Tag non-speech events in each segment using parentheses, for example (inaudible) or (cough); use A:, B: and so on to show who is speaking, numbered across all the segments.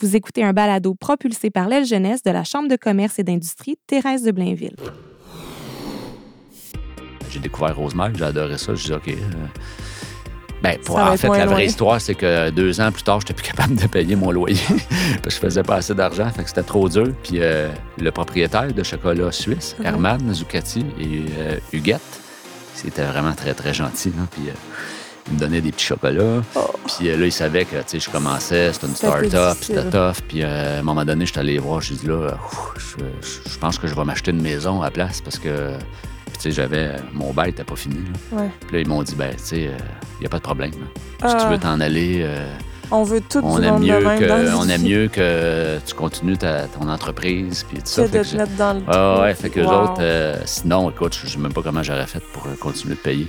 A: Vous écoutez un balado propulsé par l'aile jeunesse de la Chambre de commerce et d'industrie Thérèse de Blainville.
B: J'ai découvert Rosemary, j'ai adoré ça. Je disais, OK. euh, ben, pour-
A: Ça va
B: en
A: être
B: fait,
A: moins
B: la vraie
A: loin.
B: histoire, c'est que deux ans plus tard, j'étais plus capable de payer mon loyer (laughs) parce que je faisais pas assez d'argent, fait que c'était trop dur. Puis euh, le propriétaire de chocolat suisse,
A: Ouais.
B: Herman Zucati et euh, Huguette, c'était vraiment très, très gentil. là. Puis euh, il me donnait des petits chocolats.
C: Oh.
B: Puis euh, là, il savait que tu sais, je commençais, c'était une
A: C'était plus
B: start-up,
A: difficile.
B: c'était tough. Puis euh, à un moment donné, je suis allé voir, j'ai dit là, ouf, je, je- je pense que je vais m'acheter une maison à la place parce que puis, tu sais, j'avais mon bail n'était pas fini. là.
C: Ouais.
B: Puis là, ils m'ont dit, ben, tu sais, il n'y a pas de problème. Si tu
C: Ah,
B: veux t'en aller, euh,
C: on veut tout
B: on,
C: du
B: aime
C: monde
B: mieux
C: de même dans
B: que,
C: la
B: on
C: vie
B: aime mieux que tu continues ta, ton entreprise. Puis tout ça.
C: que
B: Fait
C: de
B: que
C: te
B: j'ai-
C: mettre dans le
B: ah
C: trou.
B: ouais, fait que les
C: Wow.
B: autres, euh, sinon, écoute, je sais même pas comment j'aurais fait pour euh, continuer de payer.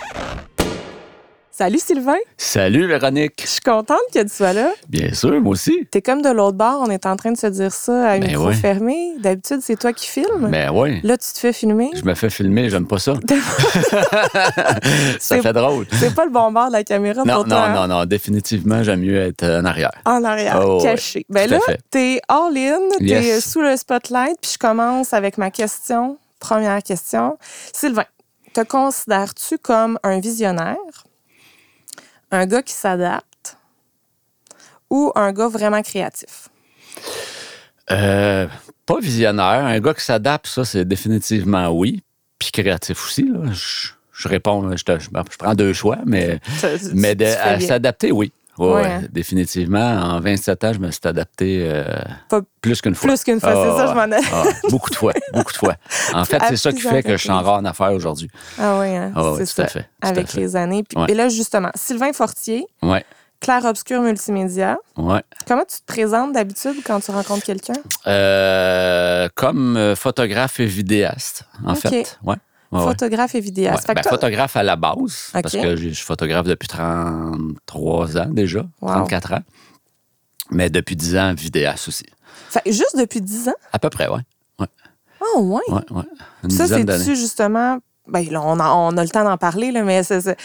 C: Salut Sylvain,
B: Salut, Véronique!
C: je suis contente que tu sois là.
B: Bien sûr, moi aussi.
C: T'es comme de l'autre bord, on est en train de se dire ça à
B: Ben
C: micro
B: ouais.
C: fermé. D'habitude, c'est toi qui filmes.
B: Ben oui.
C: Là, tu te fais filmer.
B: Je me fais filmer, j'aime pas ça. ça
C: C'est-
B: fait drôle.
C: (laughs) C'est pas le bon bord de la caméra hein.
B: Non,
C: pour
B: non,
C: toi.
B: non, non, définitivement, j'aime mieux être en arrière.
C: En arrière,
B: Oh, ouais.
C: caché. Ben
B: Tout à
C: là,
B: fait.
C: t'es all in, t'es
B: Yes.
C: sous le spotlight, puis je commence avec ma question, première question. Sylvain, te considères-tu comme un visionnaire, un gars qui s'adapte ou un gars
B: (laughs)
C: vraiment créatif?
B: Euh, pas visionnaire. Un gars qui s'adapte, ça, c'est définitivement oui. Puis créatif aussi, là. Je, je réponds, là, je, te- je- je prends deux choix, mais,
C: Tu- tu-
B: mais de-
C: tu fais
B: à
C: bien.
B: s'adapter, oui. Ouais,
C: Ouais,
B: ouais,
C: hein.
B: Définitivement, en 27 ans, je me suis adapté euh,
C: Pas-
B: plus qu'une fois.
C: Plus qu'une fois, c'est
B: Ah,
C: ça, je m'en ai.
B: ah, beaucoup de fois, beaucoup de
C: (laughs)
B: fois. En fait,
C: À
B: c'est ça qui
C: plusieurs
B: fait que je suis en
C: reprises.
B: rare en affaires aujourd'hui.
C: Ah oui, hein,
B: Ah, ouais,
C: c'est
B: tout
C: ça.
B: à fait. Tout
C: Avec
B: à fait.
C: les années. Puis-
B: Ouais.
C: Et là, justement, Sylvain Fortier,
B: Ouais,
C: Claire Obscur Multimédia,
B: ouais.
C: comment tu te présentes d'habitude quand tu rencontres quelqu'un?
B: Euh, comme euh, photographe et vidéaste, en
C: Ok.
B: fait. Ouais. Ouais, Ah ouais.
C: Photographe et vidéaste.
B: Ouais,
C: Fait que
B: ben,
C: toi-
B: photographe à la base,
C: Ok.
B: parce que je je suis photographe depuis 33 ans déjà,
C: Wow.
B: 34 ans. Mais depuis 10 ans, vidéaste aussi.
C: Fait- juste depuis 10 ans?
B: À peu près, oui. Ouais,
C: Ah ouais.
B: ouais, ouais. Une
C: Ça,
B: dizaine d'années.
C: c'est-tu justement... Ben là, on a, on a le temps d'en parler, là, mais c'est- c'est-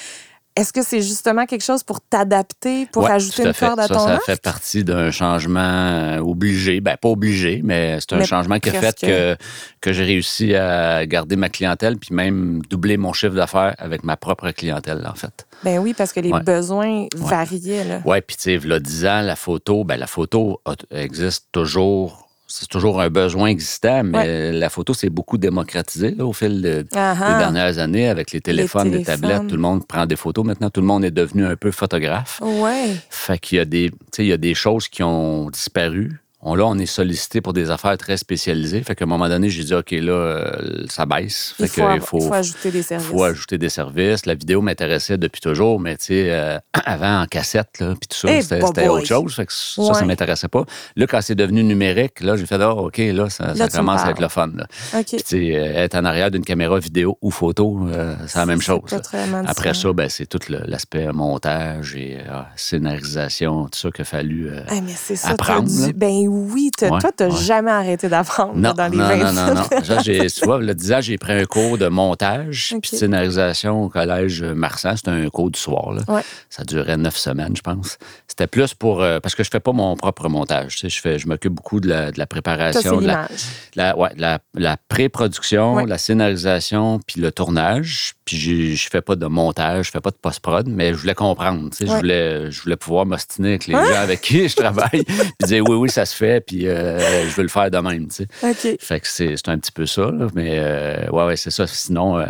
C: est-ce que c'est justement quelque chose pour t'adapter, pour
B: Ouais,
C: ajouter
B: tout
C: une
B: à fait.
C: corde à
B: ça,
C: ton
B: Ça
C: arc?
B: fait partie d'un changement euh, obligé. Ben, pas obligé, mais c'est un
C: Mais
B: changement qui a fait
C: presque.
B: que, que j'ai réussi à garder ma clientèle, puis même doubler mon chiffre d'affaires avec ma propre clientèle, en fait.
C: Ben oui, parce que les
B: Ouais.
C: besoins variaient. Là.
B: Oui, puis tu sais, v'là 10 ans, la photo, ben, la photo a- existe toujours. C'est toujours un besoin existant, mais la photo s'est beaucoup démocratisée là, au fil de-
C: Ah,
B: des
C: ah.
B: dernières années avec les téléphones, les,
C: téléphones.
B: tablettes. Tout le monde prend des photos. Maintenant, tout le monde est devenu un peu photographe.
C: Ouais.
B: Fait qu'il y a des, tu sais, il y a des choses qui ont disparu. On, là, on est sollicité pour des affaires très spécialisées. Fait qu'à un moment donné, j'ai dit, OK, là, euh, ça baisse. Fait
C: Il
B: que,
C: faut, av- faut ajouter des services.
B: faut ajouter des services. La vidéo m'intéressait depuis toujours, mais tu sais, euh, (clears throat) avant en cassette, là, puis tout ça,
C: Eh,
B: c'était
C: bah
B: c'était
C: boy.
B: autre chose. Fait que ça, ça
C: Ouais.
B: m'intéressait pas. Là, quand c'est devenu numérique, là, j'ai fait, ah, OK, là, ça, ça
C: Là, tu me
B: commence à
C: parles.
B: être le fun. là.
C: OK.
B: Puis, tu sais, euh, être en arrière d'une caméra vidéo ou photo, euh, c'est la même chose.
C: pas hein.
B: là.
C: vraiment
B: Après
C: différent.
B: ça, ben, c'est tout le- l'aspect montage et euh, scénarisation, tout ça qu'il a fallu. euh,
C: Ah, mais c'est ça. t'as
B: apprendre,
C: dû-
B: là.
C: Ben oui, t'as-
B: Ouais,
C: toi, t'as
B: ouais.
C: jamais arrêté d'apprendre là,
B: Non,
C: dans les
B: non,
C: 20
B: non, non,
C: ans.
B: non. Ça, j'ai, tu vois, le 10 ans, j'ai pris un cours de montage
C: Ok.
B: puis de scénarisation au collège Marsan. C'était un cours du soir. là.
C: Ouais.
B: Ça durait neuf semaines, je pense. C'était plus pour... euh, parce que je fais pas mon propre montage. tu sais, Je, fais, je m'occupe beaucoup de la, de la
C: (laughs) T'as c'est
B: préparation, de la,
C: l'image.
B: la, ouais, de la, la pré-production,
C: Ouais.
B: la scénarisation, puis le tournage. Puis j'ai- je fais pas de montage, je fais pas de post-prod, mais je voulais comprendre. tu sais, Je,
C: Ouais. Hein?
B: voulais, je voulais pouvoir m'ostiner avec les gens avec qui je travaille, (laughs) puis dire oui, oui, ça se fais, puis euh, je veux le faire de même, tu sais.
C: OK.
B: Fait que c'est c'est un petit peu ça, là, mais euh, ouais, ouais, c'est ça. Sinon, euh,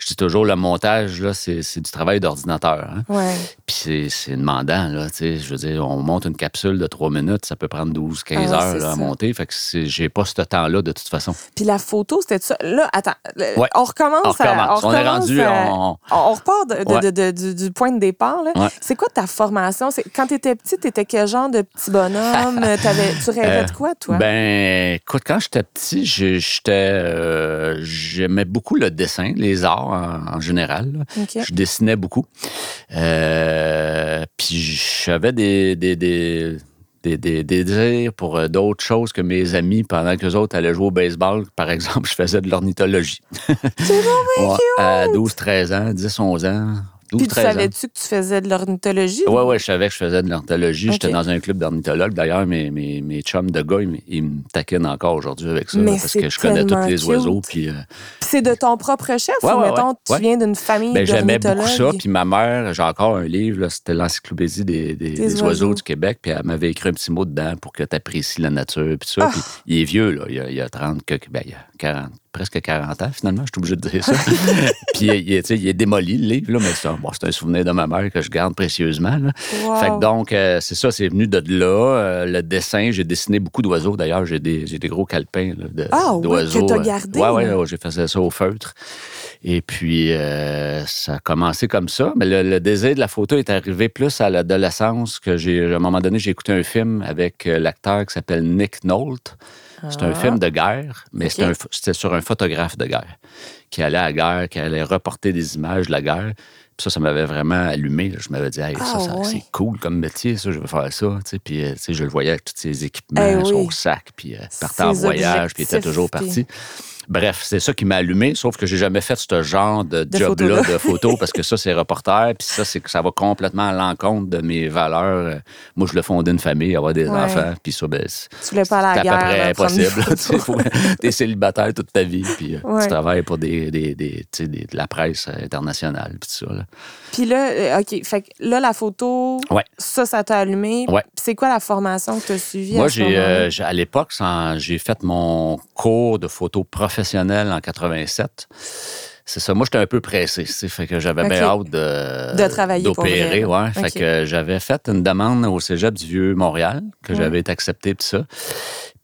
B: je dis toujours, le montage, là, c'est c'est du travail d'ordinateur. hein.
C: Ouais.
B: Puis c'est- c'est demandant, là, tu sais. Je veux dire, on monte une capsule de 3 minutes, ça peut prendre 12, 15
C: Ah ouais,
B: heures
C: c'est
B: là, à
C: ça.
B: monter. Fait que c'est- j'ai pas ce temps-là de toute façon.
C: Puis la photo, c'était ça. Là, attends. le-
B: Ouais.
C: On recommence.
B: On
C: à-
B: recommence. On, est
C: recommence
B: rendu,
C: à-
B: on-
C: On, on repart de- de-
B: Ouais.
C: de- de- du, du point de départ. là.
B: Ouais.
C: C'est quoi ta formation? C'est- Quand tu étais petit, tu étais quel genre de
B: (laughs)
C: petit bonhomme? T'avais- tu rêvais
B: Euh,
C: de quoi, toi?
B: Ben, écoute, quand j'étais petit, j'ai- j'étais, euh, j'aimais beaucoup le dessin, les arts en, en général. là.
C: OK.
B: Je dessinais beaucoup. Euh, puis j'avais des, des, des, des, des- des désirs pour euh, d'autres choses que mes amis. Pendant que les autres allaient jouer au baseball, par exemple, je faisais de l'ornithologie.
C: C'est
B: (laughs) Ouais, à 12, 13 ans, 10, 11 ans. 12,
C: Puis tu
B: 13 ans.
C: savais-tu que tu faisais de l'ornithologie?
B: Oui, oui, je savais que je faisais de l'ornithologie. J'étais
C: Ok.
B: dans un club d'ornithologues. D'ailleurs, mes, mes, mes chums de gars, ils, me- ils me taquinent encore aujourd'hui avec ça. là,
C: Mais
B: parce
C: c'est
B: que je connais tous
C: tellement
B: les
C: cute.
B: oiseaux. Puis, euh,
C: Puis C'est de ton propre chef?
B: Ouais,
C: ou
B: ouais,
C: mettons,
B: ouais.
C: tu
B: Ouais.
C: viens d'une famille
B: ben, j'aimais beaucoup ça.
C: d'ornithologues?
B: Puis ma mère, j'ai encore un livre, là, c'était l'Encyclopédie des, des- des oiseaux.
C: oiseaux
B: du Québec. Puis elle m'avait écrit un petit mot dedans pour que tu apprécies la nature. Puis ça.
C: Ah!
B: Puis il est vieux, là. Il a, il a 30, quelques- ben, il a 40, presque 40 ans, finalement. Je suis obligé de dire
C: (laughs)
B: ça. puis il, est- tu sais, il est démoli, le livre, là, mais c'est un, bon, c'est un souvenir de ma mère que je garde précieusement. là.
C: Wow.
B: Fait que donc, euh, c'est ça, c'est venu de là. Euh, le dessin, j'ai dessiné beaucoup d'oiseaux. D'ailleurs, j'ai des, j'ai des gros calepins là, de-
C: Ah oui,
B: d'oiseaux.
C: que t'as
B: euh,
C: gardé,
B: ouais, ouais,
C: là.
B: ouais, j'ai fait ça au feutre. Et puis, euh, ça a commencé comme ça. Mais le, le désir de la photo est arrivé plus à l'adolescence que j'ai. À un moment donné, j'ai écouté un film avec euh, l'acteur qui s'appelle Nick Nolte. C'est un
C: Ah.
B: film de guerre, mais
C: Ok.
B: c'était un pho- c'était sur un photographe de guerre qui allait à la guerre, qui allait reporter des images de la guerre. Puis ça, ça m'avait vraiment allumé. là. Je m'avais dit, Hey, ça,
C: Ah
B: ça,
C: ouais.
B: c'est cool comme métier, ça, je veux faire ça. tu sais. Puis euh, tu sais, je le voyais avec tous ses équipements,
C: Eh oui.
B: son sac, puis euh, partait en
C: Ses
B: voyage, puis il était
C: objectifs,
B: toujours
C: puis-
B: parti. Bref, c'est ça qui m'a allumé, sauf que j'ai jamais fait ce genre de,
C: De
B: job-là
C: photo-là.
B: de photo parce que ça, c'est reporter, puis ça, c'est que ça va complètement à l'encontre de mes valeurs. Euh, Moi, je le fondais une famille, avoir des
C: Ouais.
B: enfants, puis ça, ben, c'est-
C: Tu voulais pas aller à
B: c'est
C: la
B: à
C: guerre.
B: peu près
C: là, prendre des
B: impossible.
C: photos.
B: Tu es célibataire toute ta vie, puis euh,
C: Ouais.
B: tu travailles pour des, des, des- tu sais, des- de la presse euh, internationale, puis tout ça. là.
C: Puis là, euh, OK, fait que là, la photo,
B: Ouais.
C: ça, ça t'a allumé.
B: Ouais.
C: Puis C'est quoi la formation que tu as suivie?
B: Moi,
C: à ce
B: j'ai,
C: moment-là?
B: euh, j'ai- à l'époque, sans- j'ai fait mon cours de photo professionnelle en 87. C'est ça. Moi, j'étais un peu pressé, tu sais, fait que j'avais bien
C: Ok.
B: hâte de,
C: De travailler pour
B: d'opérer,
C: vrai,
B: ouais.
C: Ok.
B: Fait que j'avais fait une demande au Cégep du Vieux-Montréal que j'avais été accepté, puis ça.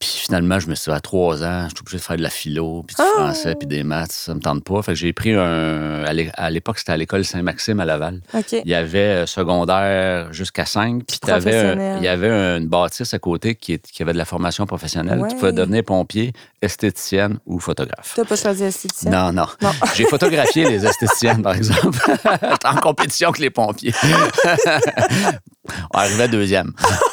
B: Puis finalement, je me suis dit, à trois ans, je suis obligé de faire de la philo, puis du
C: Ah!
B: français, puis des maths, ça me tente pas. Fait que j'ai pris un... à l'é- À l'époque, c'était à l'école Saint-Maxime à Laval.
C: OK.
B: Il y avait euh, secondaire jusqu'à 5, puis t'avais un-
C: professionnel.
B: il y avait une bâtisse à côté qui, est- qui avait de la formation professionnelle.
C: Ouais.
B: Tu pouvais devenir pompier, esthéticienne ou photographe.
C: T'as pas choisi esthéticienne?
B: Non, non.
C: Non.
B: (laughs) J'ai photographié les esthéticiennes, par
C: (laughs)
B: exemple. J'étais en compétition que les pompiers. On arrivait deuxième.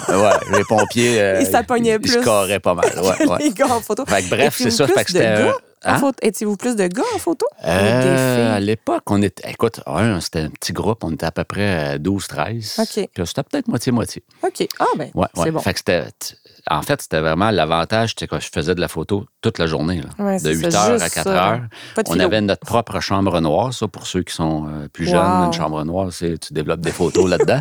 B: Ouais, les pompiers. euh,
C: Ils s'appognaient
B: ils
C: plus.
B: scoraient pas mal. Ouais, ouais.
C: (laughs) (laughs) Les gars en photo.
B: Fait que bref,
C: Étiez-vous
B: c'est ça.
C: plus
B: Fait que
C: de
B: c'était.
C: gars
B: euh,
C: En
B: hein?
C: photo- Étiez-vous plus de gars en photo? Ou
B: Euh, à
C: des filles?
B: l'époque, on était. Écoute, ouais, c'était un petit groupe, on était à peu près à 12-13.
C: OK.
B: Puis c'était peut-être moitié-moitié.
C: OK. Ah, ben,
B: Ouais,
C: c'est
B: ouais.
C: bon.
B: Fait que c'était. t- En fait, c'était vraiment l'avantage, c'est que je faisais de la photo toute la journée, là.
C: Ouais,
B: de
C: c'est
B: 8
C: ça,
B: heures
C: juste
B: à 4
C: ça.
B: heures.
C: Pas de
B: On
C: philo.
B: avait notre propre chambre noire, ça, pour ceux qui sont euh, plus jeunes.
C: Wow.
B: Une chambre noire, c'est tu développes des photos
C: (laughs)
B: là-dedans.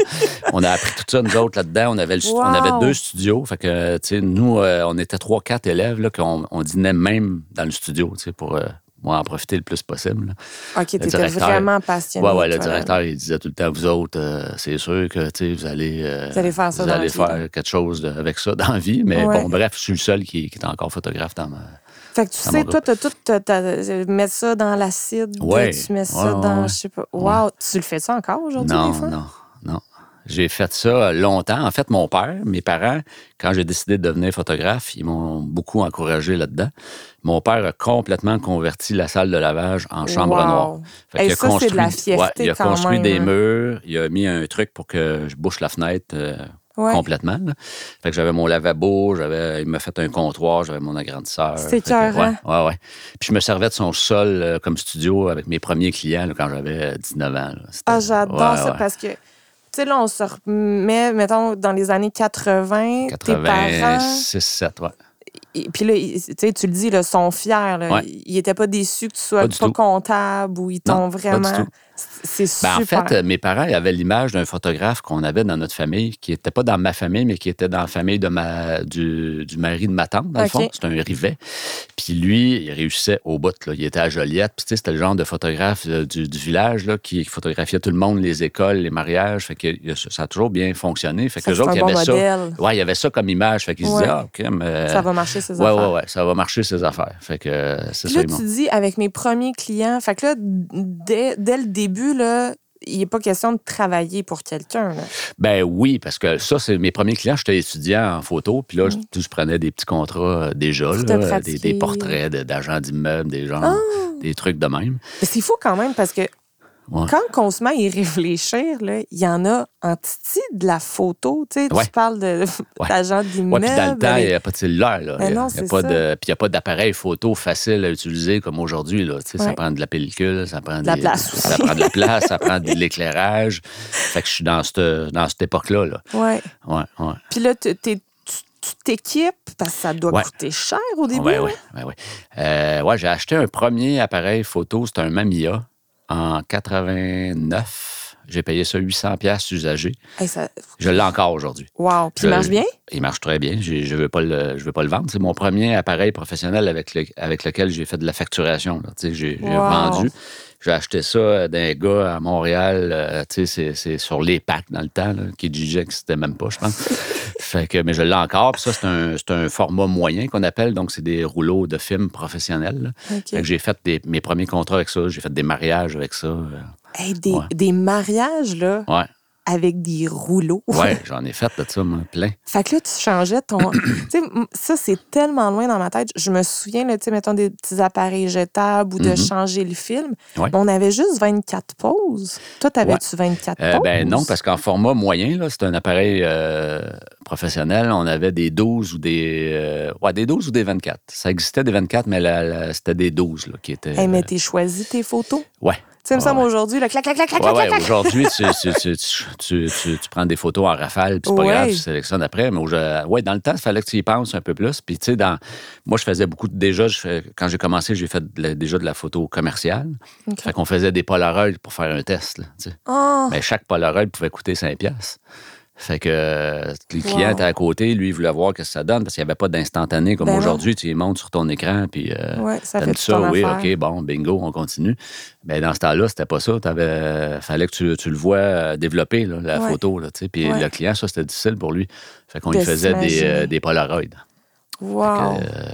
B: On a appris tout ça, nous autres, là-dedans. On, avait le stu- on
C: Wow.
B: avait deux studios. Fait que, tu sais, nous, euh, on était trois, quatre élèves, là, qu'on on dînait même dans le studio, tu sais, pour euh, en profiter le plus possible. là.
C: OK, t'étais
B: directeur.
C: vraiment passionné.
B: Ouais, ouais, le
C: toi, là.
B: directeur, il disait tout le temps, vous autres, euh, c'est sûr que tu sais, vous allez, euh,
C: Vous allez faire ça
B: vous
C: dans
B: allez
C: la vie,
B: faire quelque chose de- avec ça dans la vie. Mais
C: Ouais.
B: bon, bref, je suis le seul qui, qui est encore photographe dans ma.
C: Fait que tu
B: Dans
C: sais,
B: mon
C: toi, t'as tout. t'as- t'as- mets ça dans l'acide.
B: Ouais.
C: Tu mets ça
B: Ouais, ouais,
C: dans.
B: ouais.
C: Je sais pas. Wow. Tu le fais ça encore aujourd'hui,
B: Non,
C: des fois?
B: non, non. J'ai fait ça longtemps. En fait, mon père, mes parents, quand j'ai décidé de devenir photographe, ils m'ont beaucoup encouragé là-dedans. Mon père a complètement converti la salle de lavage en chambre
C: Wow.
B: noire.
C: Hey,
B: qu'il a
C: ça, c'est de la
B: construit-
C: fierté
B: ouais, il a
C: quand
B: construit
C: même,
B: des
C: hein.
B: murs, il a mis un truc pour que je bouche la fenêtre euh,
C: Ouais.
B: complètement. là. Fait que j'avais mon lavabo, j'avais, il m'a fait un comptoir, j'avais mon agrandisseur.
C: C'est
B: Fait que,
C: écœurant.
B: Ouais, ouais, ouais. Puis je me servais de son sol euh, comme studio avec mes premiers clients là, quand j'avais euh, 19 ans. là. C'était-
C: Ah, j'adore
B: ouais,
C: ça
B: ouais.
C: parce que, tu sais, là, on se remet, mettons, dans les années 80, tes parents,
B: 86, 7, ouais.
C: et- puis là, ils- tu sais, tu le dis, là, sont fiers. Là,
B: Ouais.
C: Ils n'étaient pas déçus que tu sois
B: Pas
C: pas,
B: du tout.
C: comptable ou ils t'ont
B: Non, pas du
C: vraiment
B: tout.
C: C'est
B: Ben,
C: super.
B: en fait, euh, mes parents ils avaient l'image d'un photographe qu'on avait dans notre famille, qui n'était pas dans ma famille, mais qui était dans la famille de ma, du, du mari de ma tante, dans
C: OK.
B: le fond. C'est un rivet. Puis lui, il réussissait au bout. Là. Il était à Joliette. Puis tu sais, c'était le genre de photographe euh, du, du village là, qui photographiait tout le monde, les écoles, les mariages. Fait que il- ça a toujours bien fonctionné. Fait que
C: Ça,
B: les
C: c'est
B: autres,
C: un
B: il y
C: bon
B: avait ça.
C: modèle.
B: Ouais, il y avait ça comme image. Fait qu'ils se
C: Ouais.
B: disaient, ah, OK, mais.
C: Ça va marcher, ces
B: ouais,
C: affaires.
B: ouais, ouais, ça va marcher ces affaires. Fait que euh, c'est
C: Puis
B: ça.
C: là,
B: ils m'ont-
C: tu dis avec mes premiers clients. Fait que là, dès, dès le début, là, il n'est pas question de travailler pour quelqu'un. là.
B: Ben oui, parce que ça, c'est mes premiers clients. J'étais étudiant en photo, puis là,
C: Mm.
B: je- tu- je, prenais des petits contrats euh, déjà,
C: Pour
B: là,
C: te
B: euh, des, des
C: pratiquer.
B: portraits de- d'agents d'immeubles, des
C: Ah!
B: gens, des trucs de même.
C: Mais c'est fou quand même parce que
B: Ouais.
C: quand on se met à y réfléchir, là, il y en a en titi de la photo. Tu, sais,
B: Ouais.
C: tu parles de,
B: Ouais.
C: (laughs) d'agent
B: Ouais,
C: d'immeuble.
B: puis dans le temps, il n'y a pas de cellulaire. Là.
C: Ben
B: Il y a-
C: non,
B: il y a
C: c'est
B: pas
C: ça.
B: de- Puis il n'y a pas d'appareil photo facile à utiliser comme aujourd'hui. là. Tu sais, Ça
C: Ouais.
B: prend de la pellicule, ça prend
C: De la
B: des-
C: place
B: Ça
C: aussi.
B: prend de la place,
C: (laughs)
B: ça prend de l'éclairage. Fait que je suis dans cette, dans cette époque-là. Là.
C: Ouais.
B: Ouais, ouais.
C: Puis là, t'es- t'es- tu tu t'équipes parce que ça doit
B: Ouais.
C: coûter cher au début. hein?
B: Oui,
C: là.
B: oui, oui. Euh, ouais, j'ai acheté un premier appareil photo, c'était un Mamiya, en 89. J'ai payé ça 800 pièces usagé.
C: Hey, ça-
B: Je l'ai encore aujourd'hui.
C: Wow. Puis
B: Je-
C: il marche bien?
B: Il marche très bien. J'ai- Je ne veux, pas le- je veux pas le vendre. C'est mon premier appareil professionnel avec, le- avec lequel j'ai fait de la facturation. là. Tu sais, J'ai j'ai
C: Wow.
B: vendu. J'ai acheté ça euh, d'un gars à Montréal. euh, tu sais, c'est- c'est sur les packs dans le temps, là, qui disait que c'était même pas, je
C: (laughs)
B: pense. fait que, mais je l'ai encore. Puis ça, c'est un, c'est un format moyen qu'on appelle. Donc, c'est des rouleaux de films professionnels. là.
C: OK.
B: Fait que j'ai fait des- mes premiers contrats avec ça. J'ai fait des mariages avec ça. euh,
C: Hey, des,
B: Ouais.
C: des mariages là,
B: Ouais,
C: avec des rouleaux.
B: ouais j'en ai fait de ça, moi, plein.
C: (laughs) Fait que là, tu changeais ton. (clears throat) tu sais, m- ça, c'est tellement loin dans ma tête. Je me souviens, là, tu sais, mettons des petits appareils jetables ou de
B: Mhm.
C: changer le film.
B: Ouais.
C: Mais On avait juste 24 pauses. Toi, t'avais-tu 24
B: Euh,
C: pauses?
B: ben non, parce qu'en format moyen, là, c'est un appareil euh, professionnel, on avait des 12 ou des. euh, ouais, des 12 ou des 24. Ça existait des 24, mais la- la- c'était des 12 là, qui étaient.
C: Hey, mais
B: euh,
C: t'es choisi tes photos.
B: ouais.
C: Tu sais, il me
B: Ouais,
C: semble
B: ouais.
C: aujourd'hui, le clac, clac, clac, clac,
B: Ouais,
C: clac,
B: ouais,
C: clac.
B: aujourd'hui,
C: (laughs)
B: tu, tu, tu, tu- tu- tu- tu prends des photos en rafale, puis c'est pas
C: Ouais.
B: grave, tu sélectionnes après. Mais aujourd'hui- ouais, dans le temps, il fallait que tu y penses un peu plus. Puis, tu sais, dans... moi, je faisais beaucoup. de- Déjà, je fais- quand j'ai commencé, j'ai fait de la- déjà de la photo commerciale.
C: Ok.
B: Fait qu'on faisait des Polaroids pour faire un test. là, tu sais.
C: Ah,
B: Mais Ben, chaque Polaroid pouvait coûter 5 piastres. Fait que euh, le client
C: Wow.
B: était à côté, lui, il voulait voir ce que ça donne parce qu'il n'y avait pas d'instantané comme
C: Ben non.
B: aujourd'hui. Tu les montes sur ton écran, puis euh,
C: ouais, ça fait
B: t'aimes
C: tout ton
B: oui,
C: affaire.
B: OK, bon, bingo, on continue. Mais dans ce temps-là, c'était pas ça. Il fallait que tu, tu le vois euh, développer, là, la
C: Ouais.
B: photo. Là, tu sais. puis
C: Ouais.
B: le client, ça, c'était difficile pour lui. Fait qu'on
C: De
B: lui faisait des,
C: s'imaginer.
B: euh, des Polaroids. Fait
C: Wow.
B: que, euh,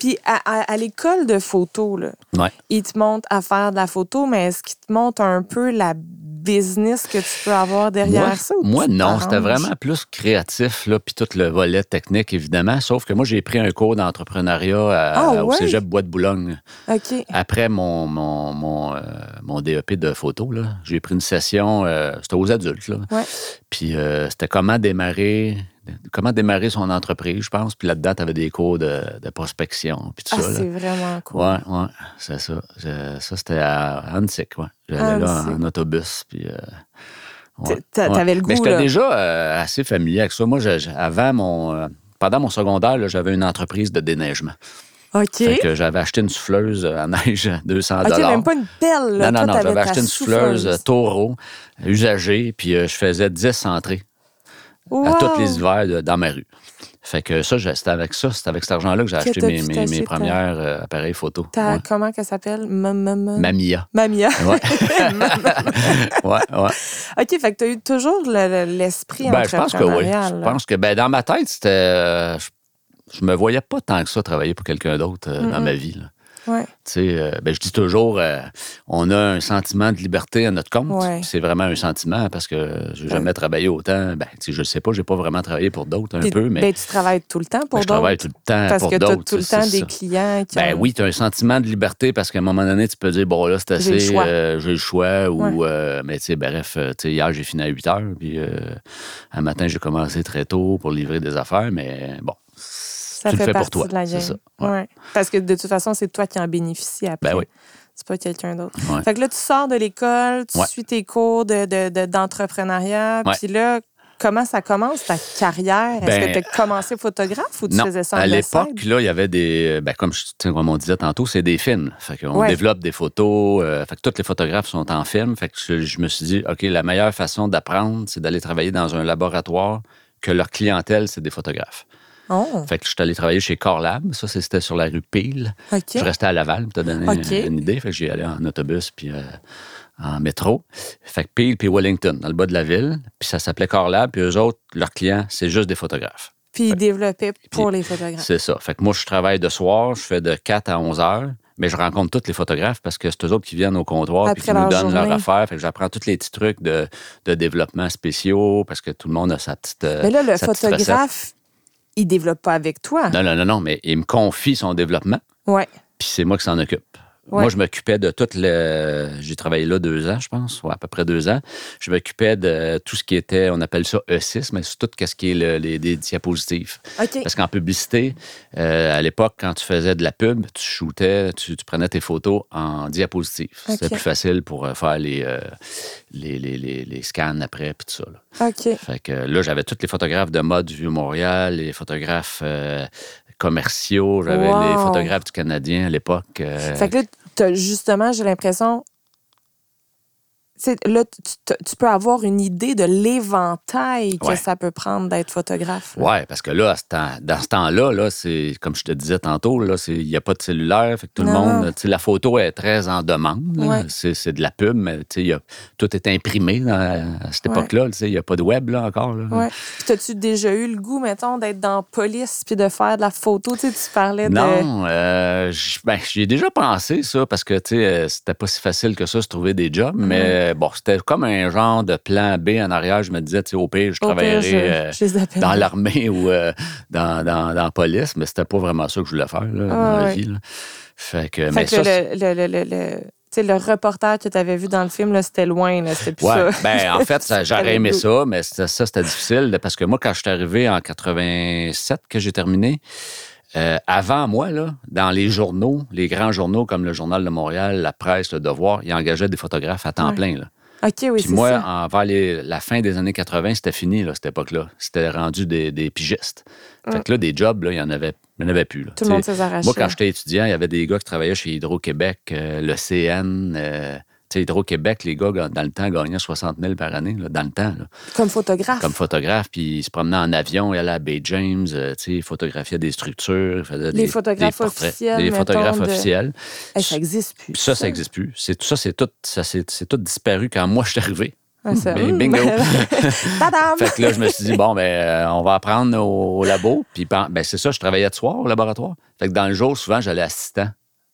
C: Puis à, à- à l'école de photo, là,
B: ouais.
C: ils te montrent à faire de la photo, mais est-ce qu'ils te montrent un peu la business que tu peux avoir derrière
B: moi,
C: ça? ou
B: moi,
C: tu
B: non, c'était
C: t'arranges?
B: vraiment plus créatif, là, puis tout le volet technique, évidemment. Sauf que moi, j'ai pris un cours d'entrepreneuriat à-
C: Ah,
B: au
C: ouais?
B: cégep Bois de Boulogne.
C: OK.
B: Après mon, mon, mon, euh, mon DEP de photo, là, j'ai pris une session, euh, c'était aux adultes, là.
C: Ouais.
B: Puis euh, c'était comment démarrer, comment démarrer son entreprise, je pense. Puis là-dedans, tu avais des cours de, de prospection, puis tout
C: Ah,
B: ça. là.
C: c'est vraiment cool.
B: Ouais, ouais, c'est ça. Je- ça, c'était à Antic, ouais. J'allais là en
C: Annecy.
B: autobus, puis... euh, ouais,
C: T'a- t'a-
B: ouais.
C: T'avais le
B: Mais
C: goût,
B: j'étais
C: là.
B: déjà euh, assez familier avec ça. Moi, je- je- avant mon... euh, pendant mon secondaire, là, j'avais une entreprise de déneigement.
C: OK.
B: Fait que j'avais acheté une souffleuse à neige (laughs) à 200
C: OK, même pas une pelle, là.
B: Non, non,
C: Toi,
B: non,
C: t'avais
B: j'avais
C: ta
B: acheté une souffleuse, euh,
C: souffleuse.
B: taureau euh, usagée, puis euh, je faisais 10 entrées à
C: Wow.
B: tous les hivers de- dans ma rue. Fait que ça, j'ai- c'était avec ça, c'était avec cet argent-là que j'ai acheté
C: t'as
B: mes,
C: pu
B: mes-
C: t'acheter
B: mes
C: ta-
B: premières euh, appareils photo.
C: Ta-
B: Ouais.
C: Comment qu'elle s'appelle? Ma- ma- ma-
B: Mamia.
C: Mamia. (laughs)
B: Ouais. (laughs) ouais, ouais.
C: OK, fait que t'as eu toujours le- le- l'esprit
B: Ben, je pense que oui.
C: entrepreneurial.
B: Je
C: là.
B: pense que ben, dans ma tête, c'était. euh, je, je me voyais pas tant que ça travailler pour quelqu'un d'autre euh, dans
C: Mhm.
B: ma vie. là.
C: Ouais.
B: Tu sais, euh, ben, je dis toujours, euh, on a un sentiment de liberté à notre compte.
C: Ouais. Ben.
B: Puis C'est vraiment un sentiment parce que j'ai jamais travaillé autant. Ben, tu sais, je ne sais pas, j'ai pas vraiment travaillé pour d'autres un
C: Puis,
B: peu, mais
C: ben, tu travailles tout le temps
B: ben,
C: pour
B: je travaille tout
C: d'autres.
B: le temps
C: Parce
B: pour
C: que t'as
B: d'autres.
C: tout le
B: c'est-
C: temps
B: c'est
C: des
B: ça.
C: clients qui.
B: Ben
C: ont-
B: oui, tu as un sentiment de liberté parce qu'à un moment donné, tu peux dire, bon, là, c'est
C: J'ai le
B: assez,
C: choix.
B: euh, j'ai le choix. Ou,
C: Ouais.
B: euh, mais tu sais, bref, euh, tu sais, hier, j'ai fini à 8 heures. Puis euh, un matin, j'ai commencé très tôt pour livrer des affaires. Mais bon,
C: Ça
B: tu
C: fait
B: le fais
C: partie
B: pour toi.
C: de la
B: C'est
C: game.
B: ça. Ouais.
C: Ouais. Parce que de toute façon, c'est toi qui en bénéficie après.
B: Ben oui.
C: C'est pas quelqu'un d'autre.
B: Ouais.
C: Fait que là, tu sors de l'école, tu
B: Ouais.
C: suis tes cours de- de- de- d'entrepreneuriat,
B: Ouais.
C: puis là, comment ça commence ta carrière? Est-ce
B: Ben,
C: que tu as commencé photographe ou tu
B: non,
C: faisais ça en
B: à
C: backside?
B: l'époque, là, il y avait des... Ben, comme, je- tu sais, comme on disait tantôt, c'est des films. Fait qu'on
C: Ouais.
B: développe des photos. euh, fait que tous les photographes sont en film. Fait que je, je me suis dit, OK, la meilleure façon d'apprendre, c'est d'aller travailler dans un laboratoire que leur clientèle, c'est des photographes.
C: Oh,
B: Fait que je suis allé travailler chez Corlab. Ça, c'est- c'était sur la rue Peel.
C: OK.
B: Je restais à Laval, pour te donner
C: OK.
B: une- une idée. Fait que j'y allais en autobus, puis euh, en métro. Fait que Peel, puis Wellington, dans le bas de la ville. Puis ça s'appelait Corlab, puis eux autres, leurs clients, c'est juste des photographes.
C: Puis il développait pour les photographes.
B: C'est ça. Fait que moi, je travaille de soir, je fais de 4 à 11 heures, mais je rencontre tous les photographes parce que c'est eux autres qui viennent au comptoir et
C: Après
B: qui nous
C: leur
B: donnent leur
C: journée.
B: affaire. Fait que j'apprends tous les petits trucs de, de développement spéciaux parce que tout le monde a sa petite. euh,
C: Mais là, le
B: sa petite recette.
C: photographe, il développe pas avec toi.
B: Non, non, non, non, mais il me confie son développement,
C: Ouais.
B: puis c'est moi qui s'en occupe.
C: Ouais.
B: Moi, je m'occupais de tout le. J'ai travaillé là deux ans, je pense, ouais, à peu près deux ans. Je m'occupais de tout ce qui était, on appelle ça E6, mais c'est tout ce qui est le- les, les diapositives.
C: OK.
B: Parce qu'en publicité, euh, à l'époque, quand tu faisais de la pub, tu shootais, tu, tu prenais tes photos en diapositive. C'était
C: Ok.
B: plus facile pour euh, faire les, euh, les, les- les- les scans après, puis tout ça. là.
C: OK.
B: Fait que euh, là, j'avais tous les photographes de mode du Vieux-Montréal, les photographes euh, commerciaux, j'avais
C: Wow.
B: les photographes du Canadien à l'époque. euh,
C: Fait que là, t'as- justement, j'ai l'impression. tu sais, Là, tu, tu- tu peux avoir une idée de l'éventail que
B: Ouais.
C: ça peut prendre d'être photographe. là.
B: Ouais, parce que là, à ce temps- dans ce temps-là, là, c'est comme je te disais tantôt, là, c'est- il n'y a pas de cellulaire, fait que tout le
C: Non,
B: monde,
C: non.
B: tu sais, la photo est très en demande. là.
C: Ouais.
B: C'est c'est de la pub, mais tu sais, il y a- tout est imprimé dans- à cette
C: Ouais.
B: époque-là. tu sais, Il n'y a pas de web là, encore. là.
C: Ouais. Puis t'as-tu déjà eu le goût, mettons, d'être dans police puis de faire de la photo? Tu sais, tu parlais de.
B: Non, euh, j- ben, j'y ai déjà pensé ça parce que tu sais, euh, c'était pas si facile que ça se trouver des jobs,
C: Mm-hmm.
B: mais euh, bon, c'était comme un genre de plan B en arrière. Je me disais, tu sais, au pire, je
C: Au pire,
B: travaillerais
C: je,
B: euh,
C: je les appelle.
B: dans l'armée ou euh, dans, dans, dans la police, mais c'était pas vraiment ça que je voulais faire là, dans la
C: ouais.
B: vie. là. Fait que,
C: Fait
B: mais
C: que
B: ça, c'est-
C: le, le, le, le, le- tu sais, le reporter que tu avais vu dans le film, là, c'était loin, là, c'était plus
B: Ouais,
C: ça. (laughs)
B: ben, en fait, ça, j'aurais aimé
C: le goût.
B: ça, mais ça, ça, c'était difficile de- parce que moi, quand je suis arrivé en 87, que j'ai terminé, euh, avant moi, là, dans les journaux, les grands journaux comme le Journal de Montréal, La Presse, Le Devoir, ils engageaient des photographes à temps
C: Ouais.
B: plein. là.
C: OK, oui,
B: Puis
C: c'est
B: moi,
C: ça.
B: en- vers les- la fin des années 80, c'était fini, là, cette époque-là. C'était rendu des, des pigistes. Fait que là, des jobs, là, il n'y en avait, il y en avait plus. là.
C: Tout le monde
B: Tu sais,
C: s'est arraché.
B: moi, quand j'étais étudiant, il y avait des gars qui travaillaient chez Hydro-Québec, euh, le CN. euh, tu sais, Hydro-Québec, les gars, ga- dans le temps, gagnaient 60 000 par année, là, dans le temps, là,
C: Comme photographe.
B: comme photographe. Puis ils se promenaient en avion, ils allaient à Bay James, euh, tu sais, ils photographiaient des structures, ils faisaient des, des
C: photographes
B: portraits,
C: officiels,
B: Les
C: mettons,
B: photographes
C: de-
B: officiels.
C: Eh, ça existe plus.
B: Puis ça, ça n'existe plus. C'est, ça, c'est tout, ça, c'est, c'est tout disparu quand moi, je suis arrivé.
C: Ah, ça-
B: Ben,
C: Hmm.
B: bingo. (laughs)
C: (laughs) Tadam!
B: Fait que là, je me suis dit, bon, ben, euh, on va apprendre au, au labo. Puis, ben, ben, c'est ça, je travaillais de soir au laboratoire. Fait que dans le jour, souvent, j'allais assistant,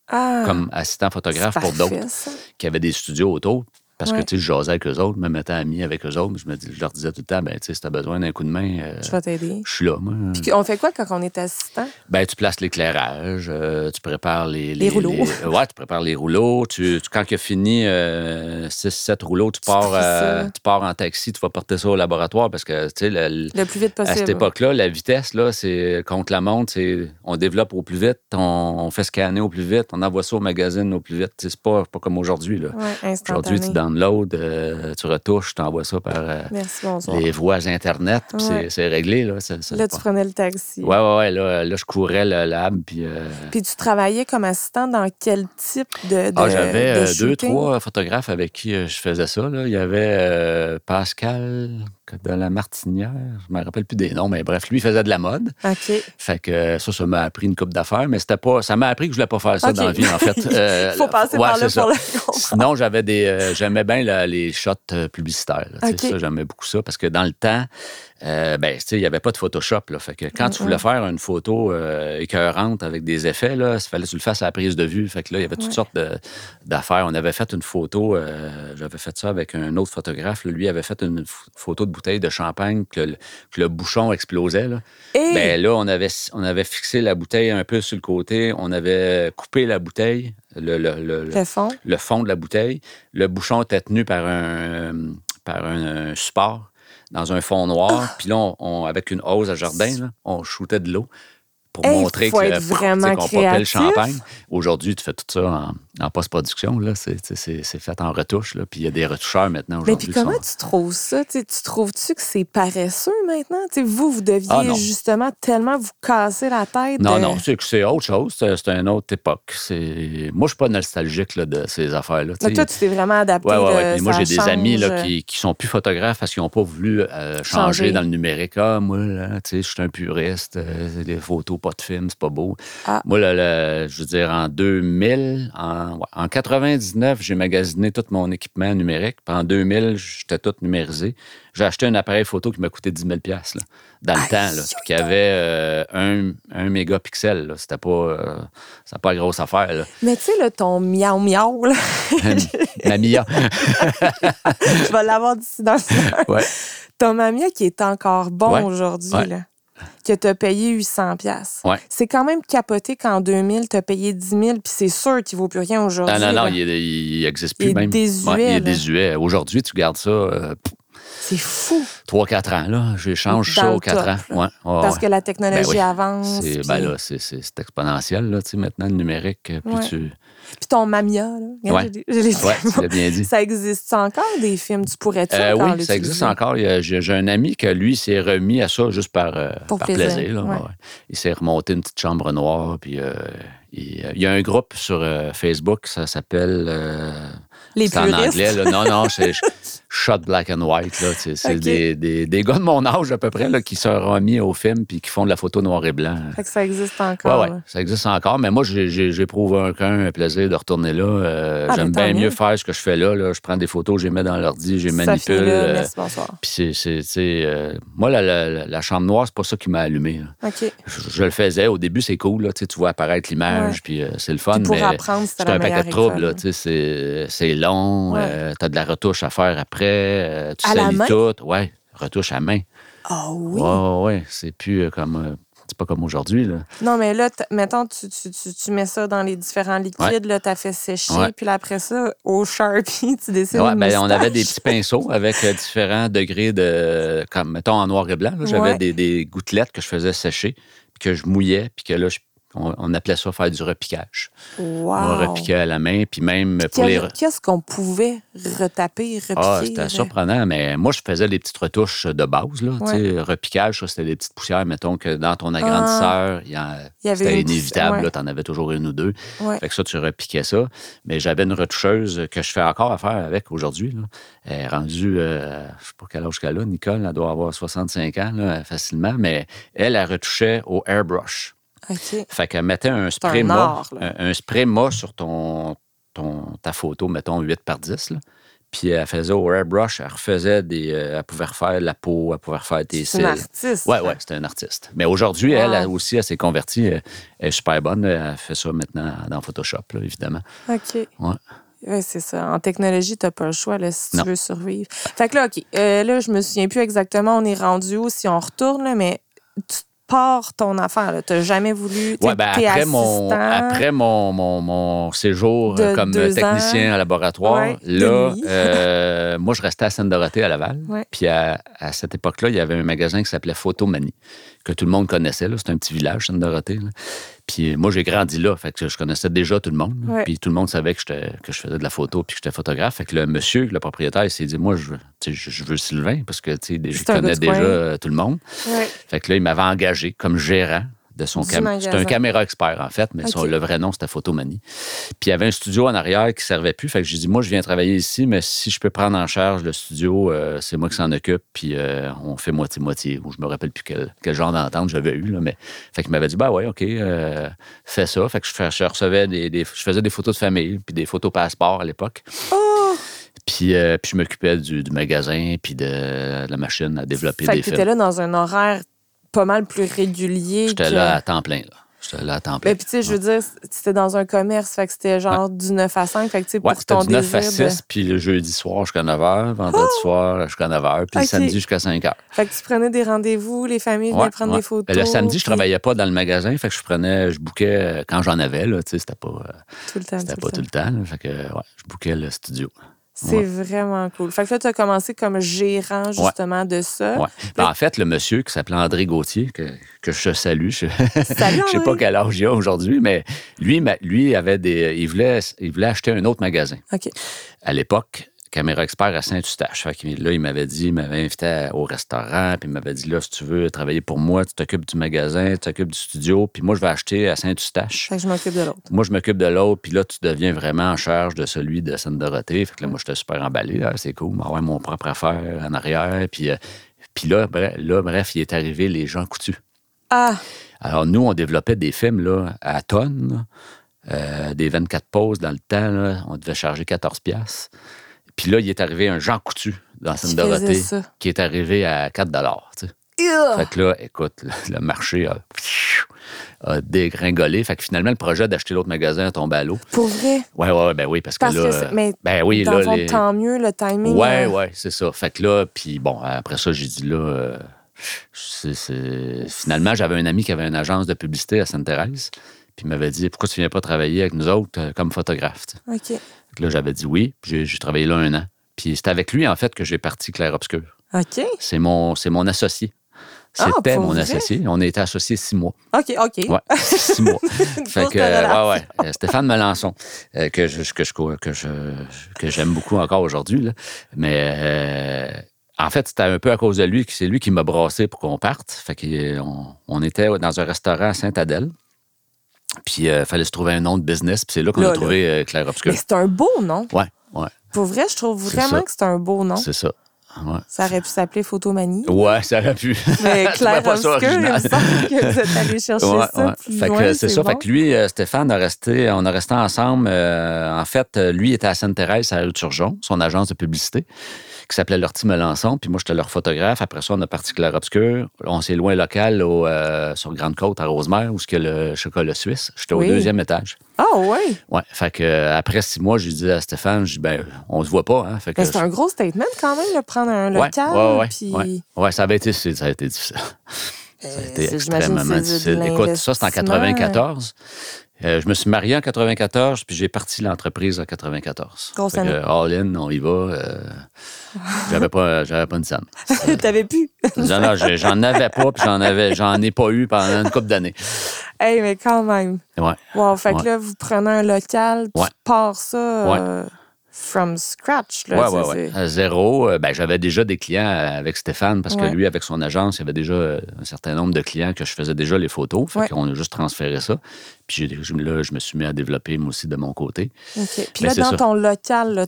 C: Ah,
B: comme assistant photographe
C: c'est
B: pour d'autres. Euh,
C: parfait, ça.
B: qui avaient des studios autour. Parce
C: Ouais.
B: que, tu sais, je jasais avec eux autres, me mettais ami avec eux autres. Je, me dis, je leur disais tout le temps, ben, tu sais, si t'as besoin d'un coup de main, euh,
C: Je vais t'aider.
B: je suis là, moi.
C: Puis on fait quoi quand on est assistant?
B: Ben, tu places l'éclairage, euh, tu prépares les...
C: rouleaux.
B: (laughs) ouais, tu prépares les rouleaux. Tu, tu- quand tu as fini 6-7 rouleaux, tu pars,
C: tries
B: euh,
C: ça.
B: tu pars en taxi, tu vas porter ça au laboratoire parce que, tu sais, le- le-
C: Le plus vite possible.
B: à cette époque-là, la vitesse, là, c'est contre la montre, c'est on développe au plus vite, on, on fait scanner au plus vite, on envoie ça au magazine au plus vite. Tu sais, C'est pas, pas comme aujourd'hui, là.
C: Ouais, instantané.
B: Aujourd'hui, tu downloads, euh, tu retouches, tu envoies ça par euh,
C: Merci, bonsoir.
B: les voies Internet, puis
C: Ouais.
B: c'est- c'est réglé. Là, ça, ça
C: Là,
B: se
C: tu prenais le taxi.
B: passe. Ouais, ouais, ouais. Là, là, je courais le lab, puis. euh,
C: Puis tu travaillais comme assistant dans quel type de, de
B: ah, j'avais
C: de
B: euh, deux,
C: shooting?
B: trois photographes avec qui euh, je faisais ça. là. Il y avait euh, Pascal de la Martinière, je me rappelle plus des noms, mais bref, lui, il faisait de la mode.
C: OK.
B: Fait que euh, ça, ça m'a appris une coupe d'affaires, mais c'était pas. Ça m'a appris que je voulais pas faire ça
C: Ok.
B: dans la vie, en
C: (laughs)
B: fait. Euh,
C: Il faut passer
B: ouais,
C: par
B: c'est
C: là
B: ça.
C: pour le comprendre.
B: (laughs) Sinon, j'avais des, euh, j'aimais bien la- les shots euh, publicitaires. là, tu sais,
C: Ok.
B: Ça, j'aimais beaucoup ça parce que dans le temps, euh, ben, tu sais, il n'y avait pas de Photoshop. Là, fait que quand
C: Mm,
B: tu voulais faire une photo euh, écœurante avec des effets, là, il fallait que tu le fasses à la prise de vue. Fait que là, il y avait toutes
C: Ouais.
B: sortes de- d'affaires. On avait fait une photo, euh, j'avais fait ça avec un autre photographe. là. Lui avait fait une f- photo de bouteille de champagne que le, que le bouchon explosait. Là.
C: Et
B: Ben là, on avait, on avait fixé la bouteille un peu sur le côté, on avait coupé la bouteille, le- le- le- le-
C: le fond.
B: le fond de la bouteille. Le bouchon était tenu par un, euh, par un, un
C: Ah!
B: support dans un fond noir. Puis là, on, on- avec une hausse à jardin, là, on shootait de l'eau. pour
C: Hey,
B: montrer
C: faut
B: que
C: être
B: pff,
C: vraiment
B: tu sais, qu'on popait le
C: créatif.
B: champagne. Aujourd'hui, tu fais tout ça en, en post-production. là. C'est tu sais, c'est- c'est fait en retouche. là. Puis il y a des retoucheurs maintenant
C: Mais
B: aujourd'hui.
C: puis
B: qui
C: comment
B: sont-
C: tu trouves ça? Tu sais, tu trouves-tu que c'est paresseux maintenant? Tu sais, vous, vous deviez
B: Ah, non.
C: justement tellement vous casser la tête.
B: Non,
C: de-
B: non, c'est que c'est autre chose. C'est c'est une autre époque. C'est- Moi, je suis pas nostalgique là, de ces affaires-là. tu
C: Donc,
B: sais.
C: toi, tu t'es vraiment adapté.
B: Ouais, ouais,
C: là,
B: ouais. Puis moi,
C: ça
B: j'ai des
C: change.
B: amis là, qui, qui sont plus photographes parce qu'ils n'ont pas voulu euh, changer,
C: Changer.
B: dans le numérique. Ah, moi, là, tu sais, je suis un puriste. euh, les photos, pas de film, c'est pas beau.
C: Ah.
B: Moi, là, là, je veux dire, en 2000, en, ouais, en 99, j'ai magasiné tout mon équipement numérique. Puis en 2000, j'étais tout numérisé. J'ai acheté un appareil photo qui m'a coûté 10 000 là, dans le
C: Aïe,
B: temps, là, puis qui avait euh, un, un mégapixel. là. C'était pas, euh, c'était pas la grosse affaire. Là.
C: Mais tu sais, là, ton miaou miaou, là,
B: Ma Mia.
C: je vais l'avoir d'ici dans une heure.
B: Ouais.
C: Ton mamia qui est encore bon
B: Ouais.
C: aujourd'hui,
B: Ouais.
C: là, que tu as payé 800$. piastres.
B: Ouais.
C: C'est quand même capoté qu'en 2000, tu as payé 10 000$, puis c'est sûr qu'il vaut plus rien aujourd'hui.
B: Ah non, non,
C: là.
B: il est- il n'existe
C: Il
B: plus
C: est
B: même.
C: désuet,
B: il
C: là.
B: est désuet. Aujourd'hui, tu gardes ça
C: C'est fou,
B: 3-4 ans. Là. J'échange
C: Dans
B: ça
C: le
B: aux 4
C: top,
B: ans. Ouais,
C: là.
B: ouais,
C: parce
B: Oh, ouais.
C: que la technologie
B: Ben oui.
C: avance.
B: C'est,
C: puis-
B: ben là, c'est, c'est- c'est exponentiel. Là, tu sais, maintenant, le numérique, plus
C: Ouais.
B: tu.
C: Puis ton mamia, là. Regarde,
B: Ouais.
C: je l'ai- je l'ai dit.
B: Ouais, tu l'as
C: (laughs)
B: bien dit.
C: Ça existe encore des films? Tu pourrais-tu
B: Euh,
C: encore
B: oui, ça
C: l'utiliser?
B: existe encore. Il y a- J'ai, j'ai un ami que lui s'est remis à ça juste par, euh,
C: Pour
B: par
C: plaisir,
B: plaisir. là,
C: ouais.
B: ouais. Il s'est remonté une petite chambre noire. Puis, euh, il, euh, il y a un groupe sur euh, Facebook, ça s'appelle. euh,
C: Les
B: C'est en
C: puristes.
B: anglais, là. Non, non, c'est sh-
C: (laughs)
B: Shot Black and White, là. C'est c'est
C: Ok.
B: des, des, des gars de mon âge, à peu près, là, qui se remis au film puis qui font de la photo noir et blanc.
C: Fait que ça existe
B: Ouais,
C: encore.
B: ouais,
C: là.
B: ça existe encore, mais moi, j'ai- j'ai- j'éprouve aucun plaisir de retourner là. Euh,
C: Ah,
B: J'aime
C: ben, tant
B: bien
C: mieux.
B: mieux faire ce que je fais là. là. Je prends des photos, je les mets dans l'ordi, je les
C: Ça
B: manipule.
C: finit là,
B: euh,
C: merci, bonsoir.
B: puis c'est- c'est- c'est, euh, moi, la, la- la chambre noire, c'est pas ça qui m'a allumé. là.
C: OK.
B: Je, je le faisais. Au début, c'est cool. Là, tu sais, tu vois apparaître l'image,
C: Ouais.
B: puis euh, c'est le fun.
C: Puis pour
B: mais
C: apprendre, c'était
B: c'est
C: la
B: un paquet
C: meilleure
B: de troubles.
C: école.
B: là, tu sais, C'est c'est long.
C: Ouais.
B: tu as de la retouche à faire après. euh, tu
C: À la
B: salis
C: main?
B: tout. Ouais, retouche à main.
C: Ah
B: Ouais,
C: oui.
B: ouais, ouais. C'est plus euh, comme. euh, c'est pas comme aujourd'hui. là.
C: Non, mais là, t- mettons, tu, tu, tu, tu mets ça dans les différents liquides, là, t'as fait sécher,
B: Ouais.
C: puis là, après ça, au Sharpie, (laughs) tu dessines
B: Ouais,
C: une
B: ben, on
C: moustache.
B: avait des petits pinceaux avec euh, différents degrés de. Comme, mettons, en noir et blanc. là, J'avais
C: Ouais.
B: des, des gouttelettes que je faisais sécher, puis que je mouillais, puis que là, je- on, on appelait ça faire du repiquage. On
C: Wow.
B: repiquait à la main, puis même pour les.
C: Quel- Qu'est-ce qu'on pouvait retaper, repiquer? euh,
B: Ah, c'était surprenant, mais moi, je faisais des petites retouches de base. Là, tu
C: Ouais.
B: sais, Repiquage, ça, c'était des petites poussières. Mettons que dans ton agrandisseur, il y en-
C: Il y avait
B: c'était
C: une petite- Ah. ouais.
B: inévitable. Tu en avais toujours une ou deux.
C: Ouais.
B: Fait que ça, tu repiquais ça. Mais j'avais une retoucheuse que je fais encore affaire avec aujourd'hui. là. Elle est rendue, euh, je sais pas quel âge qu'elle a, Nicole, elle doit avoir 65 ans là, facilement, mais elle, elle retouchait au airbrush.
C: OK.
B: Fait qu'elle mettait un
C: un
B: spray mât,
C: art, là.
B: un, un spray mât sur ton, ton, ta photo, mettons 8 par 10. là. Puis elle faisait au airbrush, elle refaisait des. euh, elle pouvait refaire la peau, elle pouvait refaire tes
C: C'est une
B: cils.
C: artiste.
B: Ouais, ouais, c'était un artiste. Mais aujourd'hui,
C: Wow.
B: elle, elle aussi, elle s'est convertie. Elle elle est super bonne. Elle fait ça maintenant dans Photoshop, là, évidemment.
C: OK.
B: Ouais.
C: Oui, c'est ça. En technologie, tu n'as pas le choix là, si tu
B: Non.
C: veux survivre. Fait que là, OK. euh, là, je me souviens plus exactement, on est rendu où si on retourne, là, mais tu pars ton affaire. Tu n'as jamais voulu. t'es-
B: Ouais, ben,
C: t'es
B: après, mon,
C: assistant.
B: après mon, mon- mon séjour
C: De
B: euh, comme
C: deux
B: technicien en laboratoire,
C: Ouais, de
B: là,
C: nuit. (laughs)
B: euh, moi, je restais à Sainte-Dorothée à Laval.
C: Ouais.
B: Puis à, à cette époque-là, il y avait un magasin qui s'appelait Photomanie, que tout le monde connaissait. là. C'est un petit village, Sainte-Dorothée. là. Puis euh, moi, j'ai grandi là, fait que je connaissais déjà tout le monde. là.
C: Ouais.
B: Puis tout le monde savait que, j'étais- que je faisais de la photo puis que j'étais photographe. Fait que le monsieur, le propriétaire, il s'est dit, moi, je, veux- tu sais, je, je veux Sylvain parce que tu sais, je
C: C'est un gars
B: connais
C: du
B: déjà
C: coin.
B: euh, tout le monde.
C: Ouais.
B: Fait que là, il m'avait engagé comme gérant de son
C: Du
B: caméra.
C: magasin.
B: C'était un caméra expert, en fait, mais
C: Ok.
B: son- le vrai nom, c'était Photomanie. Puis il y avait un studio en arrière qui servait plus. Fait que j'ai dit, moi, je viens travailler ici, mais si je peux prendre en charge le studio, euh, c'est moi qui s'en occupe, puis euh, on fait moitié-moitié. Ou je me rappelle plus quel, quel genre d'entente j'avais eu, là, mais. Fait qu'il m'avait dit, bah ouais, OK, euh, fais ça. Fait que je, fais- je recevais des, des- Je faisais des photos de famille, puis des photos passeport à l'époque.
C: Oh!
B: Puis, euh, puis je m'occupais du, du magasin, puis de, la machine à développer
C: Fait
B: des
C: que tu
B: films.
C: étais là dans un horaire pas mal plus régulier.
B: J'étais
C: que- euh,
B: là à temps plein. là. J'étais là à temps plein.
C: Ben, puis, tu sais, je veux dire, c'était dans un commerce, fait que c'était genre du 9 à 5. Fait que, tu sais,
B: Ouais,
C: pour
B: c'était
C: ton
B: du 9 à
C: désir. de- Oh!
B: 6, puis le jeudi soir jusqu'à 9 h, vendredi soir jusqu'à 9 h, puis
C: Ok.
B: le samedi jusqu'à 5 h.
C: Fait que tu prenais des rendez-vous, les familles venaient prendre des photos.
B: Ben, le samedi, je
C: puis
B: travaillais pas dans le magasin, fait que je prenais, je bouquais
C: Ah,
B: quand j'en avais, là, tu sais, c'était pas, euh,
C: Tout le temps.
B: c'était
C: tout
B: pas
C: le temps.
B: tout le temps, là, fait que, ouais, je bouquais le studio.
C: C'est
B: Ouais.
C: vraiment cool. Fait que là, tu as commencé comme gérant justement de ça.
B: Ouais. Ben, en fait, le monsieur qui s'appelait André Gauthier, que, que je salue, je
C: Ah, Salut,
B: (laughs) je sais pas
C: André.
B: quel âge il a aujourd'hui, mais lui, ma- lui avait des, il, voulait, il voulait acheter un autre magasin.
C: OK.
B: À l'époque, Caméra Expert à Saint-Eustache. Fait que là, il m'avait dit, il m'avait invité à- au restaurant, puis il m'avait dit, là, si tu veux travailler pour moi, tu t'occupes du magasin, tu t'occupes du studio, puis moi, je vais acheter à Saint-Eustache.
C: Fait que je m'occupe de l'autre.
B: Moi, je m'occupe de l'autre, puis là, tu deviens vraiment en charge de celui de Sainte-Dorothée. Fait que là, moi, j'étais super emballé. Ah, c'est cool, m'avoir mon propre affaire en arrière. Puis, euh, puis là, bref, là, bref, il est arrivé les gens coutus.
C: Ah,
B: Alors, nous, on développait des films là, à tonnes, là. Euh, des 24 pauses dans le temps. là. On devait charger 14 piastres. Puis là, il est arrivé un Jean Coutu dans
C: tu faisais
B: Sainte-Dorothée
C: ça.
B: qui est arrivé à 4 tu sais.
C: Ugh!
B: Fait que
C: Ah.
B: là, écoute, le, le marché a, a dégringolé. Fait que finalement, le projet d'acheter l'autre magasin a tombé à l'eau.
C: Pour vrai.
B: Ouais, ouais, ouais, ben oui, parce que
C: Parce
B: là.
C: que c'est- mais
B: ben oui,
C: Dans le
B: là.
C: fond,
B: les-
C: tant mieux, le timing.
B: Ouais,
C: euh,
B: ouais, c'est ça. Fait que là, puis bon, après ça, j'ai dit là. euh, c'est- c'est- Finalement, j'avais un ami qui avait une agence de publicité à Sainte-Thérèse, puis il m'avait dit Pourquoi tu viens pas travailler avec nous autres euh, comme photographe tu sais?
C: OK.
B: Fait que Là, j'avais dit oui, puis j'ai- j'ai travaillé là un an. Puis c'est avec lui, en fait, que j'ai parti Claire Obscur.
C: OK.
B: C'est mon, c'est mon associé.
C: Ah,
B: C'était
C: pour
B: mon
C: vrai?
B: associé. On était associés six mois.
C: OK, OK.
B: Ouais,
C: (laughs)
B: six mois.
C: Une
B: Fait
C: grosse
B: que,
C: relation.
B: ouais, ouais. Euh, Stéphane Melançon, euh, que je, que je, cou- que je, que j'aime beaucoup encore aujourd'hui. là. Mais euh, en fait, c'était un peu à cause de lui, que c'est lui qui m'a brassé pour qu'on parte. Fait que, euh, on, on était dans un restaurant à Sainte-Adèle. Puis, il fallait se trouver un nom de business. Puis, c'est là qu'on
C: Là,
B: a
C: là.
B: trouvé euh, Claire Obscur.
C: Mais c'est un beau nom.
B: Ouais, ouais,
C: Pour vrai, je trouve
B: C'est
C: vraiment
B: ça.
C: que c'est un beau nom.
B: c'est ça. Ouais.
C: Ça aurait pu s'appeler Photomanie.
B: Ouais, ça aurait pu. (laughs) Je trouvais
C: Mais Claire
B: pas ça
C: Obscur, il me
B: original.
C: semble que vous êtes allé chercher
B: Ouais,
C: Oh, ça.
B: ouais.
C: plus
B: Fait que,
C: loin,
B: euh, c'est ça.
C: bon.
B: Fait que lui, euh, Stéphane, a resté, on a resté ensemble. euh, en fait, euh, lui était à Sainte-Thérèse, à Turgeon, son agence de publicité, qui s'appelait Lortie Melançon. Puis moi, j'étais leur photographe. Après ça, on a parti Claire Obscure. On s'est loin local au, euh, sur Grande-Côte, à Rosemère, où ce que le chocolat suisse. J'étais
C: Oui.
B: au deuxième étage.
C: Ah oui!
B: Ouais. Fait que, euh, après six mois, j'ai dit à Stéphane, je dis, ben, on se voit pas. Hein? Fait que,
C: Mais Ben, c'est un gros statement quand même de prendre un
B: Ouais,
C: local.
B: ouais, ouais,
C: puis,
B: ouais. Ouais, ça avait été, ça a été difficile.
C: euh,
B: Ça a été
C: c'est- j'imagine que
B: extrêmement
C: c'est de hein?
B: difficile. Écoute, ça, c'est en
C: l'investissement.
B: 94. Euh, je me suis marié en 94, puis j'ai parti l'entreprise en 94.
C: Grosse
B: Fait que,
C: année.
B: all in, on y va. euh,
C: (laughs)
B: j'avais pas, j'avais pas une scène.
C: (laughs) T'avais pu.
B: Non, non, j'ai- j'en avais pas, puis j'en avais, j'en ai pas eu pendant une couple d'années.
C: Hey, mais quand même.
B: Ouais.
C: Wow, fait que
B: Ouais.
C: là, vous prenez un local, tu
B: Ouais.
C: pars ça euh, from scratch.
B: Ouais,
C: Là,
B: ouais,
C: ça,
B: ouais.
C: c'est-
B: À zéro, euh, ben, j'avais déjà des clients euh, avec Stéphane parce
C: Ouais.
B: que lui, avec son agence, il y avait déjà euh, un certain nombre de clients que je faisais déjà les photos. Fait
C: Ouais.
B: qu'on a juste transféré ça. Puis j'ai- je- là, je me suis mis à développer, moi aussi, de mon côté.
C: OK. Puis
B: Ben,
C: là,
B: c'est
C: dans
B: ça.
C: ton local,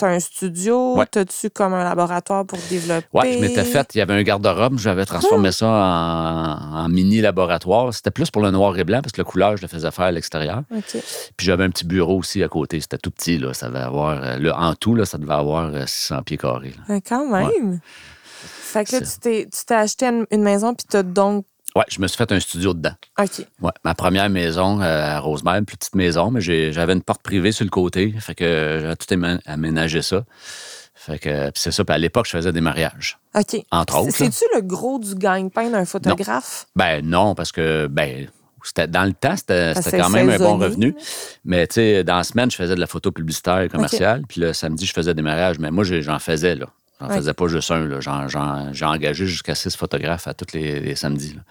C: tu as un studio,
B: Ouais.
C: t'as-tu comme un laboratoire pour développer?
B: Ouais, je m'étais fait. Il y avait un garde-robe. J'avais transformé ça en, en mini laboratoire. C'était plus pour le noir et blanc parce que le couleur, je le faisais faire à l'extérieur.
C: OK.
B: Puis j'avais un petit bureau aussi à côté. C'était tout petit. Là. Ça devait avoir, euh, là, en tout, là, ça devait avoir euh, 600 pieds carrés. là.
C: Ben, quand même. Fait que là,
B: C'est-
C: tu t'es tu t'es acheté une, une maison, puis t'as donc.
B: Ouais, je me suis fait un studio dedans.
C: OK.
B: Ouais, ma première maison euh, à Rosemère, une plus petite maison, mais j'ai- j'avais une porte privée sur le côté. Fait que j'avais tout éma- aménagé ça. Fait que puis c'est ça. Puis à l'époque, je faisais des mariages.
C: OK.
B: Entre
C: C'est-
B: autres, là.
C: C'est-tu le gros du gagne-pain d'un photographe?
B: Ben non, parce que ben c'était dans le temps, c'était
C: Parce
B: c'était
C: que
B: quand
C: c'est
B: même un bon
C: saisonnier,
B: revenu. Mais tu sais, dans la semaine, je faisais de la photo publicitaire et commerciale. Puis le samedi, je faisais des mariages. Mais moi, j'ai- j'en faisais, là. J'en
C: Ok.
B: faisais pas juste un, là. J'en- j'en- J'ai engagé jusqu'à six photographes à tous les, les samedis. là.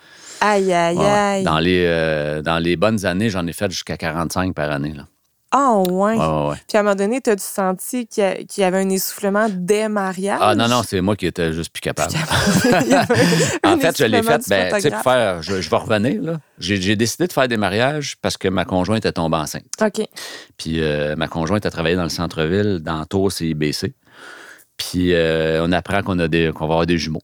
C: Aïe, aïe,
B: Ouais, ouais.
C: aïe.
B: Dans, les, euh, dans les bonnes années, j'en ai fait jusqu'à 45 par année, là.
C: Ah, ouais.
B: Ouais, ouais, ouais.
C: Puis à un moment donné, t'as-tu senti qu'il y, a- qu'il y avait un essoufflement des mariages?
B: Ah non, non, c'est moi qui étais juste plus capable.
C: (laughs)
B: (laughs)
C: Il y avait un
B: En fait, je l'ai fait,
C: essoufflement du
B: ben, tu sais, pour
C: photographe.
B: faire, je, je vais revenir, là. J'ai j'ai décidé de faire des mariages parce que ma conjointe est tombée enceinte.
C: OK.
B: Puis euh, ma conjointe a travaillé dans le centre-ville, dans Tours CIBC. Puis euh, on apprend qu'on a des, qu'on va avoir des jumeaux.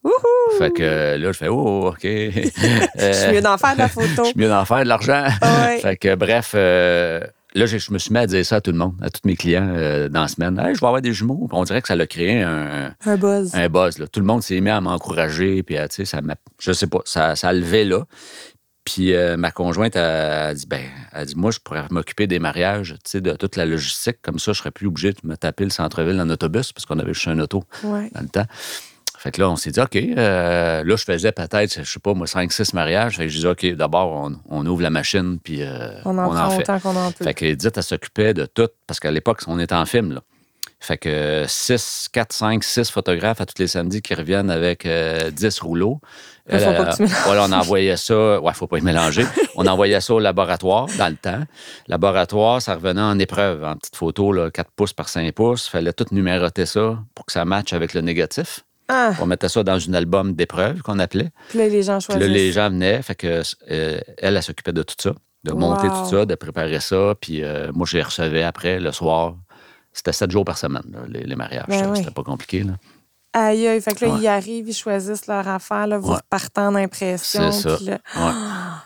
B: Fait que euh, là, je fais Oh, OK. (laughs) Euh,
C: Je suis mieux d'en faire de
B: (laughs)
C: la
B: je
C: photo.
B: suis mieux d'en faire de l'argent.
C: Ah ouais.
B: Fait que bref, euh, là, je, je me suis mis à dire ça à tout le monde, à tous mes clients euh, dans la semaine. Hey, je vais avoir des jumeaux. Puis on dirait que ça l'a créé un,
C: Un buzz.
B: un buzz. là. Tout le monde s'est mis à m'encourager, puis à, tu sais, ça m'a- je sais pas, ça, ça a levé là. Puis euh, ma conjointe a, a dit, ben, elle dit, moi, je pourrais m'occuper des mariages, tu sais, de toute la logistique. Comme ça, je serais plus obligé de me taper le centre-ville en autobus, parce qu'on avait juste un auto
C: Ouais.
B: dans le temps. Fait que là, on s'est dit, OK, euh, là, je faisais peut-être, je sais pas, moi, 5-6 mariages. Fait que je disais, OK, d'abord, on, on ouvre la machine, puis euh,
C: On en prend
B: fait.
C: autant qu'on en peut.
B: Fait que Edith, elle s'occupait de tout, parce qu'à l'époque, on était en film, là. Fait que 6, 4, 5, 6 photographes à tous les samedis qui reviennent avec euh, 10 rouleaux.
C: Mais faut
B: Elle,
C: pas que tu
B: euh, voilà, on envoyait ça. Ouais, faut pas y mélanger. on envoyait ça au laboratoire dans le temps. Laboratoire, ça revenait en épreuve, en petite photo, là, 4 pouces par 5 pouces. Fallait tout numéroter ça pour que ça matche avec le négatif.
C: Ah,
B: On mettait ça dans un album d'épreuves qu'on appelait.
C: puis là, les gens
B: Puis là,
C: choisissent.
B: les gens venaient, fait que euh, elle, elle, s'occupait de tout ça, de monter
C: Wow.
B: tout ça, de préparer ça. Puis euh, moi, je les recevais après le soir. C'était sept jours par semaine, là, les, les mariages.
C: Ben
B: ça,
C: oui.
B: C'était pas compliqué. là.
C: Aïe, aïe. Fait que là,
B: Ouais.
C: ils arrivent, ils choisissent leur affaire, là, vous
B: Ouais.
C: repartez en impression.
B: C'est ça.
C: puis là- ah!
B: Ouais.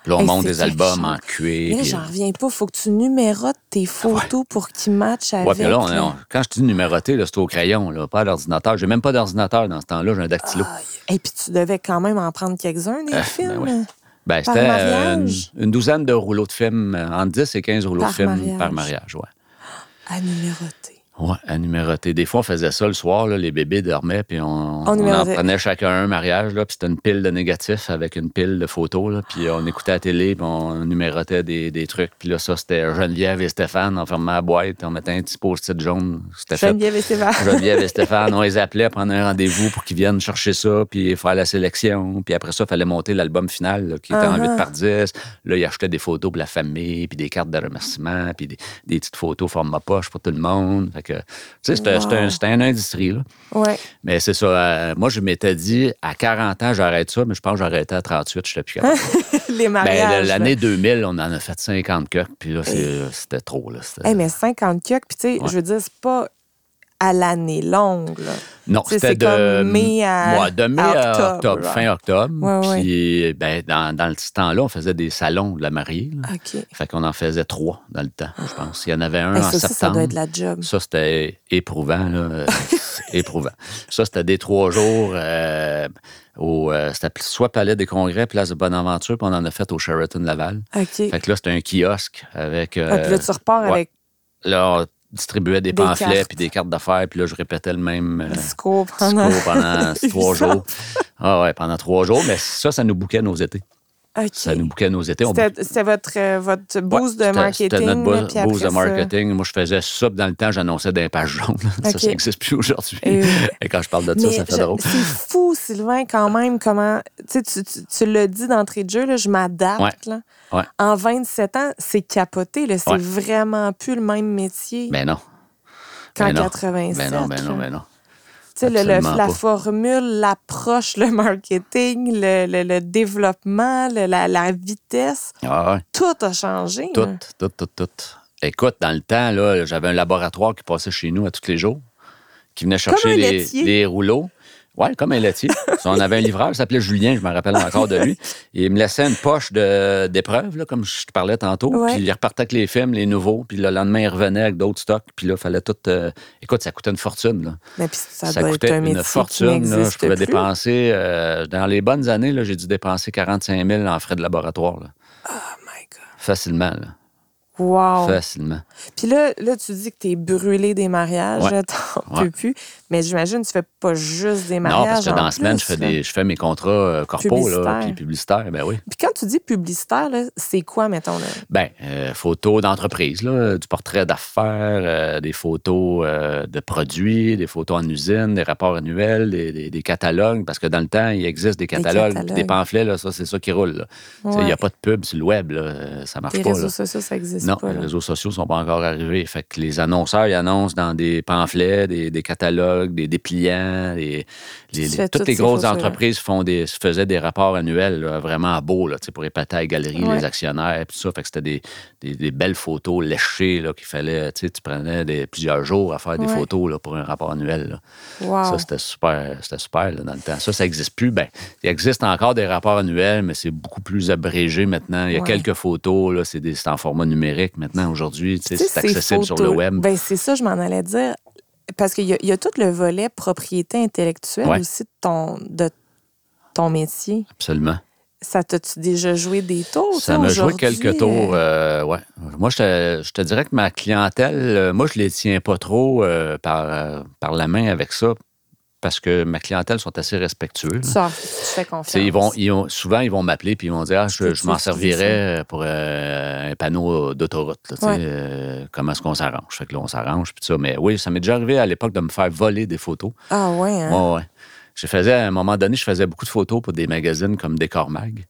B: Puis là, on
C: Hey,
B: monte
C: c'est
B: des
C: quelque
B: albums en
C: chose.
B: cuir. puis-
C: Là,
B: Ah
C: j'en reviens pas. Faut que tu numérotes tes photos pour qu'ils matchent avec.
B: Ouais, puis là, on-
C: là.
B: on- quand je dis numéroté, là, c'est au crayon, là, pas à l'ordinateur. J'ai même pas d'ordinateur dans ce temps-là, j'ai un dactylo.
C: Et puis tu devais quand même en prendre quelques-uns des
B: Ah, ben
C: films.
B: ouais. Ben,
C: Par
B: c'était euh, une,
C: mariage?
B: une douzaine de rouleaux de films, euh, entre 10 et 15 rouleaux
C: Par
B: de films par
C: mariage.
B: mariage. Ouais.
C: À numéroter.
B: Ouais, à numéroter. Des fois, on faisait ça le soir, là, les bébés dormaient, puis on, on en
C: numérotait.
B: prenait chacun un mariage, là, puis c'était une pile de négatifs avec une pile de photos, là, puis on écoutait la télé, puis on numérotait des, des trucs. Puis là, ça, c'était Geneviève et Stéphane, on fermait la boîte, on mettait un petit post-it jaune. C'était fait.
C: Geneviève et Sébastien.
B: Geneviève et Stéphane, on les appelait, prendre un rendez-vous pour qu'ils viennent chercher ça, puis faire la sélection. Puis après ça, il fallait monter l'album final là, qui était en
C: Uh-huh.
B: 8 par 10. Là, ils achetaient des photos pour la famille, puis des cartes de remerciement, puis des, des petites photos format poche pour tout le monde. Fait que, tu sais, c'était
C: Wow.
B: c'était un- c'était une industrie, là.
C: (laughs) Ouais.
B: Mais c'est ça. euh, moi, je m'étais dit, à 40 ans, j'arrête ça, mais je pense que j'arrêtais à 38, je plus
C: (laughs)
B: capable.
C: Les
B: Ben,
C: mariages. là.
B: L'année 2000, on en a fait 50 coques, puis là, c'est- c'était trop, là. C'était-
C: Hey, mais 50 cucs, puis tu sais,
B: Ouais.
C: je veux dire, c'est pas à l'année longue. là.
B: Non,
C: Tu sais,
B: c'était
C: c'est
B: de
C: comme mai à-
B: Ouais, de mai
C: à
B: à octobre,
C: octobre, genre.
B: fin octobre.
C: Ouais, ouais.
B: puis, ben, dans, dans le petit temps-là, on faisait des salons de la mariée. là.
C: OK. Hey,
B: Fait qu'on en faisait trois dans le temps, je pense. Il y en avait un en
C: ça, ça,
B: septembre.
C: ça doit être la job.
B: Ça, c'était éprouvant, là. euh, éprouvant. Ça, c'était des trois jours euh, au. euh, c'était soit Palais des Congrès, Place de Bonaventure, puis on en a fait au Sheraton Laval.
C: OK.
B: Fait que là, c'était un kiosque avec.
C: Ah, puis là,
B: euh,
C: tu repars
B: ouais.
C: avec
B: là, on distribuait des,
C: Des
B: pamphlets,
C: cartes.
B: puis des cartes d'affaires, puis là, je répétais le même. euh,
C: discours pendant.
B: discours
C: (laughs)
B: pendant trois
C: Évidemment.
B: jours. Ah ouais, pendant trois jours. Mais ça, ça nous bouquait nos étés.
C: OK.
B: Ça nous bouquait nos étés. On bouquait-
C: C'était c'était votre, euh, votre
B: Ouais,
C: boost de
B: c'était-
C: marketing.
B: C'était notre
C: là,
B: boost,
C: puis après
B: boost de
C: ça-
B: marketing. Moi, je faisais ça, puis dans le temps, j'annonçais des pages jaunes. (laughs) Ça,
C: OK.
B: ça n'existe plus aujourd'hui.
C: Eh oui.
B: (laughs) Et quand je parle de ça,
C: Mais
B: ça fait
C: je-
B: drôle.
C: C'est fou, Sylvain, quand même, comment. Tu sais, tu, tu- tu le dis d'entrée de jeu, là, je m'adapte.
B: Ouais.
C: là.
B: Ouais.
C: En 27 ans, c'est capoté. là, C'est
B: Ouais.
C: vraiment plus le même métier
B: Mais non.
C: qu'en
B: mais non.
C: 87.
B: Mais non, mais non,
C: là.
B: mais non.
C: Tu sais, le- le-
B: absolument
C: la
B: pas.
C: formule, l'approche, le marketing, le, le- le développement, le- la, la vitesse,
B: Ah ouais.
C: tout a changé.
B: Tout,
C: là.
B: tout, tout, tout. Écoute, dans le temps, là, j'avais un laboratoire qui passait chez nous à tous les jours, qui venait
C: un
B: chercher les,
C: laitier.
B: les rouleaux. Ouais, comme un
C: (laughs)
B: laitier. On avait un livreur, il s'appelait Julien, je me rappelle encore de lui. Il me laissait une poche de- d'épreuves, là, comme je te parlais tantôt.
C: Ouais.
B: Puis il repartait avec les films, les nouveaux. Puis le lendemain, il revenait avec d'autres stocks. Puis là, il fallait tout. euh, Écoute, ça coûtait une fortune. Là.
C: Mais puis ça,
B: Ça
C: doit être
B: coûtait
C: un métier
B: une
C: qui
B: fortune. là. Je
C: n'existe
B: pouvais
C: plus.
B: dépenser. euh, dans les bonnes années, là, j'ai dû dépenser 45 000 en frais de laboratoire. là.
C: Oh my God.
B: Facilement. là.
C: Wow.
B: Facilement.
C: Puis là, là, tu dis que t'es brûlé des mariages,
B: Ouais.
C: là, t'en
B: Ouais.
C: peux plus. Mais j'imagine que tu fais pas juste des mariages.
B: Non, parce que dans
C: en
B: la semaine,
C: plus,
B: je fais,
C: là.
B: des, je fais mes contrats euh, corpo,
C: Publicitaires.
B: là, puis publicitaires, ben oui.
C: Puis quand tu dis publicitaire, là, c'est quoi, mettons? Là?
B: Ben, euh, photos d'entreprise, là, du portrait d'affaires, euh, des photos euh, de produits, des photos en usine, des rapports annuels, des, des- des catalogues, parce que dans le temps, il existe des catalogues, puis des,
C: catalogues.
B: pamphlets, là, ça, c'est ça qui roule. là. Tu sais, Il n'y a
C: Ouais.
B: pas de pub sur le web, là, euh, ça marche
C: Les
B: pas.
C: réseaux
B: là.
C: sociaux, ça existe
B: Non,
C: pas.
B: les
C: là.
B: réseaux sociaux ne sont pas encore arrivés. Fait que les annonceurs, ils annoncent dans des pamphlets, des, des catalogues, des dépliants. des- les-
C: Tu
B: les-
C: fais
B: toutes
C: toutes
B: les
C: ces
B: grosses
C: photos-là.
B: entreprises font des, se faisaient des rapports annuels là, vraiment beaux là, tu sais, pour épater les galeries,
C: Ouais.
B: les actionnaires, tout ça. Fait que c'était des, des- des belles photos léchées là, qu'il fallait. Tu sais, tu prenais des, plusieurs jours à faire des
C: Ouais.
B: photos là, pour un rapport annuel. là.
C: Wow.
B: Ça, c'était super, c'était super là, dans le temps. Ça, ça n'existe plus. Ben, il existe encore des rapports annuels, mais c'est beaucoup plus abrégé maintenant. Il y a
C: Ouais.
B: quelques photos, là, c'est, des- c'est en format numérique maintenant aujourd'hui. Tu sais,
C: Tu sais,
B: c'est
C: ces
B: accessible sur le
C: photos-
B: web.
C: Ben, c'est ça, je m'en allais dire. Parce qu'il y, a- il y a tout le volet propriété intellectuelle
B: Ouais.
C: aussi de ton, de ton métier.
B: Absolument.
C: Ça t'a-tu déjà joué des tours? tu sais,
B: Ça m'a joué
C: aujourd'hui,
B: quelques tours.
C: euh,
B: euh, ouais. Moi, je te, je te dirais que ma clientèle, euh, moi, je les tiens pas trop euh, par, euh, par la main avec ça. parce que ma clientèle sont assez respectueux. là.
C: Ça, tu fais
B: euh, Tu
C: confiance.
B: sais, Ils vont, ils ont- souvent, ils vont m'appeler puis ils vont dire ah,
C: Peux-tu
B: Je, je m'en
C: utiliser
B: servirais pour euh, un panneau d'autoroute. là, tu sais,
C: Ouais.
B: euh, comment est-ce qu'on s'arrange Fait que là, on s'arrange. Puis tout ça. Mais oui, ça m'est déjà arrivé à l'époque de me faire voler des photos.
C: Ah ouais, hein?
B: Ouais, ouais. Je faisais, à un moment donné, je faisais beaucoup de photos pour des magazines comme Décor Mag,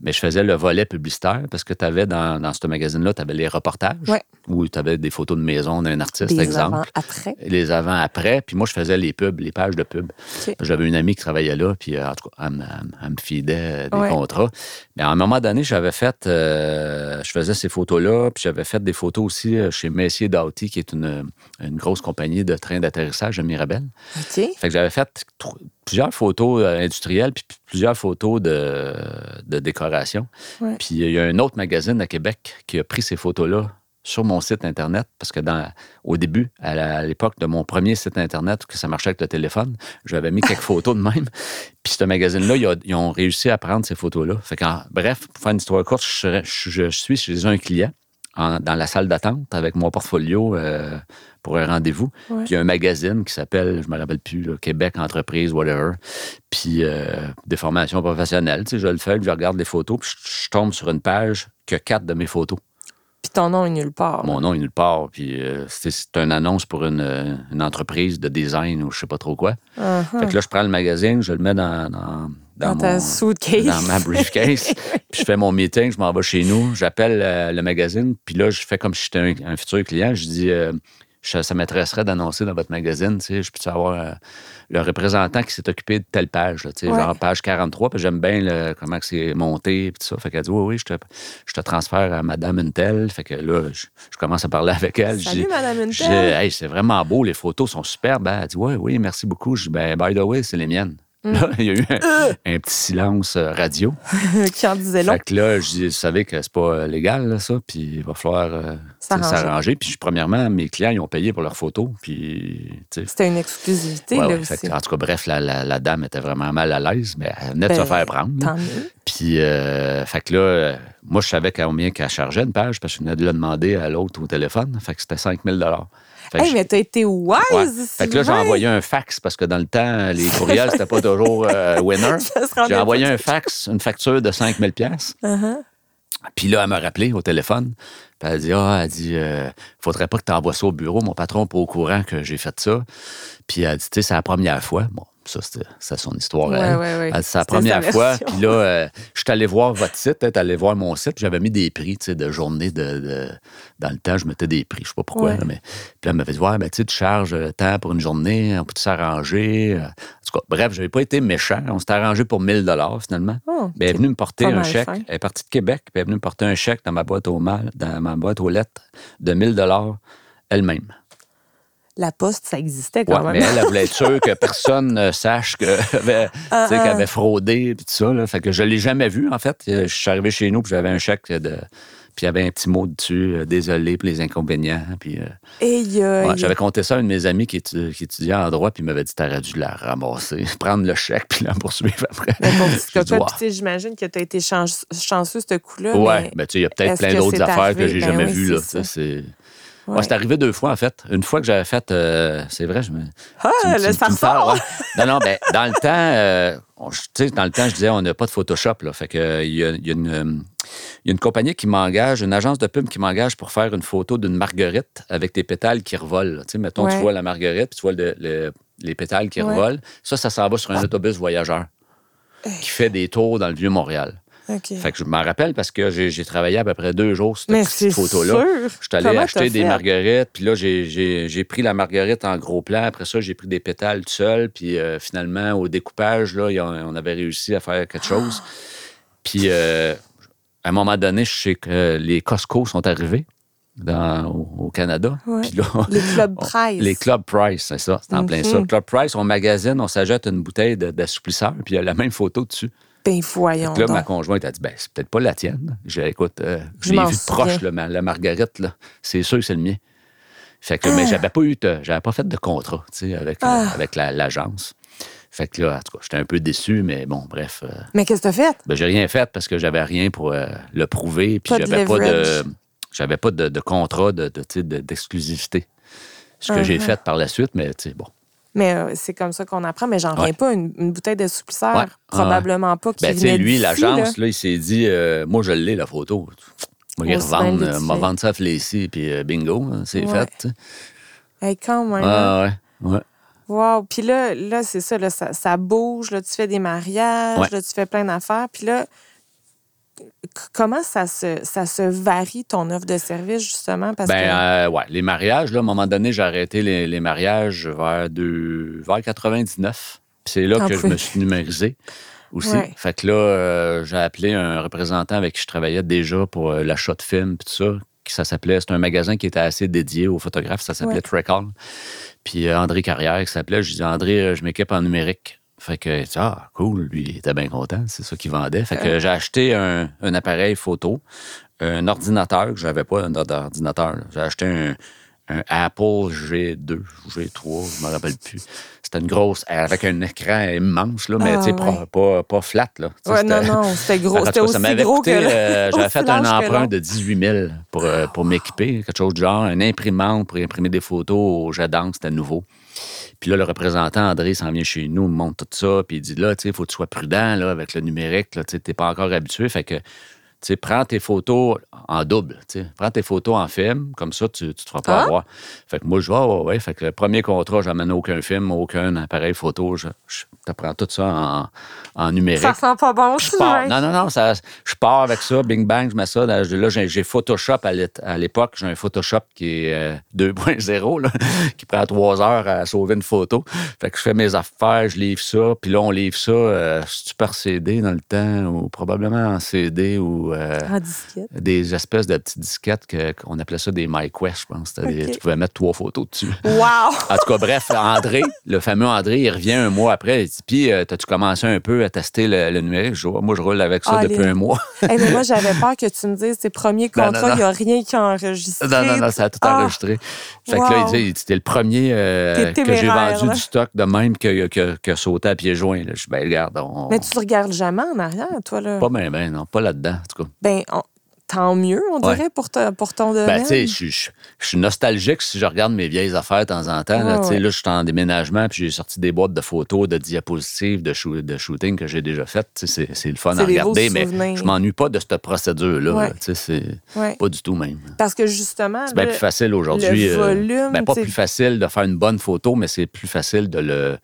B: mais je faisais le volet publicitaire parce que tu avais dans, dans ce magazine-là, tu avais les reportages
C: Ouais.
B: où tu avais des photos de maison d'un artiste,
C: Des
B: exemple.
C: avant, après.
B: Les avant-après, puis moi, je faisais les pubs, les pages de pubs.
C: Ok.
B: J'avais une amie qui travaillait là, puis euh, en tout cas, elle, me- elle me- elle me fidait euh, des
C: Ouais.
B: contrats. Mais à un moment donné, j'avais fait, euh, je faisais ces photos-là, puis j'avais fait des photos aussi euh, chez Messier Doughty, qui est une, une grosse compagnie de trains d'atterrissage à Mirabel.
C: OK.
B: Fait que j'avais fait tro- plusieurs photos euh, industrielles, puis p- plusieurs photos de, de décoration.
C: Ouais.
B: Puis il y a un autre magazine à Québec qui a pris ces photos-là sur mon site Internet, parce que dans, au début, à la- à l'époque de mon premier site Internet, que ça marchait avec le téléphone, j'avais mis quelques photos de même. Puis ce magazine-là, ils, ont- ils ont réussi à prendre ces photos-là. Fait qu'en- bref, pour faire une histoire courte, je, serais- je- je suis chez un client en- dans la salle d'attente avec mon portfolio euh, pour un rendez-vous.
C: Ouais.
B: Puis il y a un magazine qui s'appelle, je me rappelle plus, là, Québec Entreprise, whatever. Puis euh, des formations professionnelles. Tu sais, je le fais, puis je regarde les photos, puis je, je tombe sur une page que quatre de mes photos.
C: Puis ton nom est nulle part.
B: Mon nom est nulle part. Puis euh, c'est, c'est une annonce pour une, euh, une entreprise de design ou je sais pas trop quoi.
C: Uh-huh.
B: Fait que là, je prends le magazine, je le mets dans, dans,
C: Dans,
B: dans
C: ta
B: mon-
C: suitcase.
B: dans
C: (laughs)
B: ma briefcase. puis je fais mon meeting, je m'en vais chez nous, j'appelle euh, le magazine, puis là, je fais comme si j'étais un, un futur client. Je dis, euh, Je- ça m'intéresserait d'annoncer dans votre magazine, tu sais, je peux avoir euh, le représentant qui s'est occupé de telle page, là, tu sais,
C: Ouais.
B: genre page 43, puis j'aime bien le- comment que c'est monté, puis tout ça. Fait qu'elle dit, oui, oui, je te, je te transfère à madame une telle. Fait que là, je, je commence à parler avec elle. Je dis,
C: Salut, Madame
B: j'ai-
C: Intel.
B: Hey, c'est vraiment beau, les photos sont superbes. hein. Elle dit Oui, oui, merci beaucoup. Je dis ben, By the way, c'est les miennes.
C: Mm.
B: Là, il y a eu
C: Euh.
B: un, un petit silence euh, radio.
C: (laughs) Qui en disait long.
B: Fait que là, je dis, vous savez que c'est pas euh, légal, là, ça, puis il va falloir euh, tu sais,
C: S'arranger.
B: s'arranger. Puis, je- premièrement, mes clients, ils ont payé pour leurs photos, puis, tu sais,
C: C'était une exclusivité,
B: ouais,
C: là,
B: ouais, fait
C: aussi.
B: que, en tout cas, bref, la, la- la dame était vraiment mal à l'aise, mais elle venait de
C: Ben,
B: se faire prendre. là.
C: Tant mieux.
B: Puis, euh, fait que là, euh, moi, je savais combien qu'elle chargeait une page, parce que je venais de le demander à l'autre au téléphone. Fait que c'était 5 000 Fait que
C: Hey,
B: je-
C: mais t'as été wise,
B: Ouais. Fait que là, j'ai
C: Sylvain.
B: envoyé un fax parce que dans le temps, les courriels, c'était pas toujours euh, winner.
C: (laughs) Ça se rendait
B: J'ai
C: pas
B: envoyé un fax, une facture de 5000 pièces.
C: Uh-huh.
B: Puis là, elle m'a rappelé au téléphone. Puis elle a dit, ah, elle dit, euh, faudrait pas que tu envoies ça au bureau. Mon patron n'est pas au courant que j'ai fait ça. Puis elle a dit, tu sais, c'est la première fois. Bon, ça, c'était c'est son histoire. à
C: Ouais,
B: elle.
C: ouais, ouais.
B: Elle dit, Euh, C'est la
C: C'était
B: première
C: sa
B: fois.
C: version.
B: Puis là, euh, je suis allé voir votre site, tu allé voir mon site. J'avais mis des prix, tu sais, de journée. De, de- Dans le temps, je mettais des prix. Je sais pas pourquoi.
C: Ouais.
B: là, mais... Puis là, elle m'avait dit, ouais, mais tu sais, tu charges euh, tant pour une journée, on peut s'arranger. Euh, En tout cas, bref, j'avais pas été méchant. On s'était arrangé pour 1000 finalement.
C: Oh,
B: Ben, elle est venue me porter
C: Pas
B: un
C: mal
B: chèque.
C: fin.
B: Elle est partie de Québec, puis elle est venue me porter un chèque dans ma boîte aux mal, dans ma boîte aux lettres de 1000 dollars elle-même.
C: La poste, ça existait
B: Ouais,
C: quand
B: mais
C: même.
B: elle, elle voulait être sûre que personne ne sache que- (laughs) avait- tu
C: Ah,
B: sais, qu'elle avait fraudé puis tout ça. là. Fait que je l'ai jamais vu en fait. Euh, Je suis arrivé chez nous puis j'avais un chèque de puis il y avait un petit mot dessus, euh, désolé pour les inconvénients. Puis euh,
C: Et,
B: ouais,
C: euh,
B: j'avais compté ça à un de mes amis qui, étu- qui étudiait en droit puis il m'avait dit t'aurais dû la ramasser, (laughs) prendre le chèque puis la poursuivre après.
C: Mais pour petit
B: J'ai dit,
C: cocotte,
B: Wow.
C: puis tu sais, j'imagine que tu as été chance- chanceux ce
B: (laughs)
C: coup-là.
B: Ouais,
C: mais-
B: ben, tu sais, il y a peut-être
C: est-ce
B: plein
C: que
B: d'autres
C: c'est
B: affaires
C: arrivé?
B: que j'ai
C: Ben
B: jamais
C: oui,
B: vues.
C: c'est
B: Là,
C: ça.
B: tu sais, c'est
C: ouais.
B: Ouais, c'est arrivé deux fois, en fait. Une fois que j'avais fait. euh, c'est vrai, je me. tu
C: Ah,
B: me- tu
C: là,
B: me-
C: ça
B: tu me parles,
C: ressort.
B: ouais. Non, non, ben, dans le temps, euh, on- je- tu sais, dans le temps, je disais, on n'a pas de Photoshop, là. Fait que, euh, il y a, il y a une. euh, il y a une compagnie qui m'engage, une agence de pub qui m'engage pour faire une photo d'une marguerite avec des pétales qui revolent. là. Tu sais, mettons,
C: Ouais.
B: tu vois la marguerite, puis tu vois le- le- les pétales qui
C: Ouais. Euh.
B: revolent. Ça, ça s'en va sur un autobus voyageur qui fait des tours dans le vieux Montréal.
C: OK.
B: Fait que je m'en rappelle parce que j'ai j'ai travaillé à peu près deux jours sur
C: Mais
B: cette
C: c'est
B: petite photo-là.
C: sûr.
B: Je suis allé
C: Comment t'as
B: acheter des
C: fait?
B: marguerites, puis là, j'ai- j'ai j'ai pris la marguerite en gros plan. Après ça, j'ai pris des pétales tout seul. Puis euh, finalement, au découpage, là, il y a- on avait réussi à faire quelque chose. Puis euh, à un moment donné, je sais que les Costco sont arrivés dans- au, au Canada.
C: Ouais.
B: Puis là, (laughs)
C: Les clubs price.
B: Oh, les Club Price, c'est ça, c'est en plein ça.
C: Mhm.
B: Club Price, on magasine, on s'ajoute une bouteille de- d'assouplisseur, puis il y a la même photo dessus.
C: Ben voyons
B: Fait que là,
C: donc.
B: ma conjointe a dit ben, c'est peut-être pas la tienne. J'ai dit, écoute, euh,
C: Je
B: je l'ai
C: m'en
B: vu de proche, le ma- la marguerite, là. C'est sûr que c'est le mien. Fait que, mais j'avais pas eu, de- j'avais pas fait de contrat, tu sais, avec, euh,
C: Ah.
B: avec la- l'agence. fait que là, en tout cas, j'étais un peu déçu, mais bon, bref. euh,
C: Mais qu'est-ce que t'as fait?
B: ben, j'ai rien fait parce que j'avais rien pour euh, le prouver, puis
C: Pas de
B: j'avais pas de,
C: leverage.
B: j'avais pas de, de contrat de, de, tu sais, de- d'exclusivité. Ce que j'ai
C: Uh-huh.
B: fait par la suite, mais tu sais, bon.
C: Mais euh, c'est comme ça qu'on apprend. Mais j'en reviens
B: Ouais.
C: pas. Une, une bouteille d'assoupisseur,
B: Ouais.
C: probablement pas. Qui
B: Ben, tu
C: venait
B: sais, lui,
C: d'ici, là.
B: l'agence, là, il s'est dit, euh, moi, je l'ai, la photo. Moi, je vais
C: Aussi bien
B: revendre,
C: vite
B: euh, m'a
C: fait.
B: vendre ça à Flessy, puis euh, bingo, hein, c'est
C: Ouais.
B: fait. tu sais.
C: Hey, quand même. hein.
B: Ah, ouais, ouais.
C: Wow. Puis là, là c'est ça, là, ça, ça bouge. Là, tu fais des mariages,
B: Ouais.
C: là, tu fais plein d'affaires. Puis là, c- comment ça se, ça se varie ton offre de service, justement? Parce
B: Ben,
C: que...
B: euh, ouais, les mariages, là, à un moment donné, j'ai arrêté les, les mariages vers, deux, vers 99. Puis c'est là
C: T'en
B: que je
C: pouvais
B: me suis numérisé aussi.
C: Ah Ouais.
B: Fait que là, euh, j'ai appelé un représentant avec qui je travaillais déjà pour euh, l'achat de films puis tout ça. qui Ça s'appelait, c'était un magasin qui était assez dédié aux photographes, ça s'appelait
C: Ouais.
B: Track On. Puis euh, André Carrière, qui s'appelait, je dis André, euh, je m'équipe en numérique. Fait que, il dit, ah, cool, lui, il était bien content, c'est ça qu'il vendait. Fait que j'ai acheté un, un appareil photo, un ordinateur, que j'avais pas un or- ordinateur. là. J'ai acheté un, un Apple G2 ou G3, je me rappelle plus. C'était une grosse, avec un écran immense, là, mais
C: Ah,
B: tu sais,
C: ouais.
B: pas, pas, pas flat, là. Tu sais,
C: ouais, non,
B: c'était-
C: non, c'était
B: en
C: gros.
B: tout
C: C'était
B: cas,
C: aussi
B: ça m'avait
C: gros
B: coûté,
C: que. le- (laughs)
B: euh, J'avais
C: aussi
B: fait
C: large
B: un
C: que long.
B: emprunt de 18 000 pour, euh, pour m'équiper, quelque chose du genre, un imprimante pour imprimer des photos au jet d'encre, c'était nouveau. Puis là, le représentant, André, s'en vient chez nous, me montre tout ça, puis il dit là, tu sais, il faut que tu sois prudent là, avec le numérique, là, tu sais, t'es pas encore habitué, fait que. Tu sais, prends tes photos en double. tu sais. Prends tes photos en film, comme ça, tu ne te feras pas
C: Ah!
B: avoir. Fait que moi, je vais, ouais, ouais. Fait que le premier contrat, j'amène aucun film, aucun appareil photo. Je, je te prends tout ça en, en numérique.
C: Ça sent pas bon,
B: Je
C: ça.
B: pars.
C: ouais.
B: Non, non, non, ça, je pars avec ça, Bing Bang, je mets ça. dans- là, j'ai j'ai Photoshop à l'ét- à l'époque. J'ai un Photoshop qui est euh, 2.0, là, (laughs) qui prend trois heures à sauver une photo. Fait que je fais mes affaires, je livre ça. Puis là, on livre ça euh, super CD dans le temps, ou probablement en CD ou euh,
C: En disquette.
B: des espèces de petites disquettes que- qu'on appelait ça des MyQuest, je pense. C'était des-
C: Ok.
B: Tu pouvais mettre trois photos dessus.
C: Wow!
B: En tout cas, bref, André, le fameux André, il revient un mois après. Il dit Puis, euh, t'as-tu commencé un peu à tester le, le numérique Je dis, Ouais, Moi, je roule avec ça
C: Ah,
B: depuis
C: les-
B: un mois. (laughs)
C: Hey, mais moi, j'avais peur que tu me dises tes premiers
B: Non, non,
C: contrats, il
B: non.
C: n'y a rien qui a enregistré.
B: non, non, non, ça a tout
C: Ah,
B: enregistré. Fait que là,
C: wow.
B: il dit C'était le premier euh,
C: T'es
B: que j'ai
C: téméraire,
B: vendu
C: là.
B: du stock de même que, que, que sauter à pieds joints. là. Je dis Ben, regarde, on.
C: Mais tu te regardes jamais en arrière, toi, là.
B: Pas ben, ben, non, pas là-dedans, en tout cas.
C: Ben, on- tant mieux, on
B: Ouais.
C: dirait, pour, ta- pour ton domaine.
B: Ben, tu sais, je suis- je je suis nostalgique si je regarde mes vieilles affaires de temps en temps.
C: Ouais,
B: Là, tu sais,
C: Ah, ouais.
B: là, je suis en déménagement, puis j'ai sorti des boîtes de photos, de diapositives, de, shoo- de shooting que j'ai déjà faites. Tu sais, C'est c'est le fun
C: C'est
B: à
C: des beaux
B: regarder, mais
C: souvenirs.
B: je m'ennuie pas de cette procédure-là.
C: Ouais.
B: là. Tu sais, c'est
C: Ouais.
B: pas du tout même.
C: Parce que justement,
B: C'est bien
C: là,
B: plus facile aujourd'hui.
C: le
B: euh,
C: volume,
B: ben, pas
C: tu sais-
B: plus facile de faire une bonne photo, mais c'est plus facile de, le,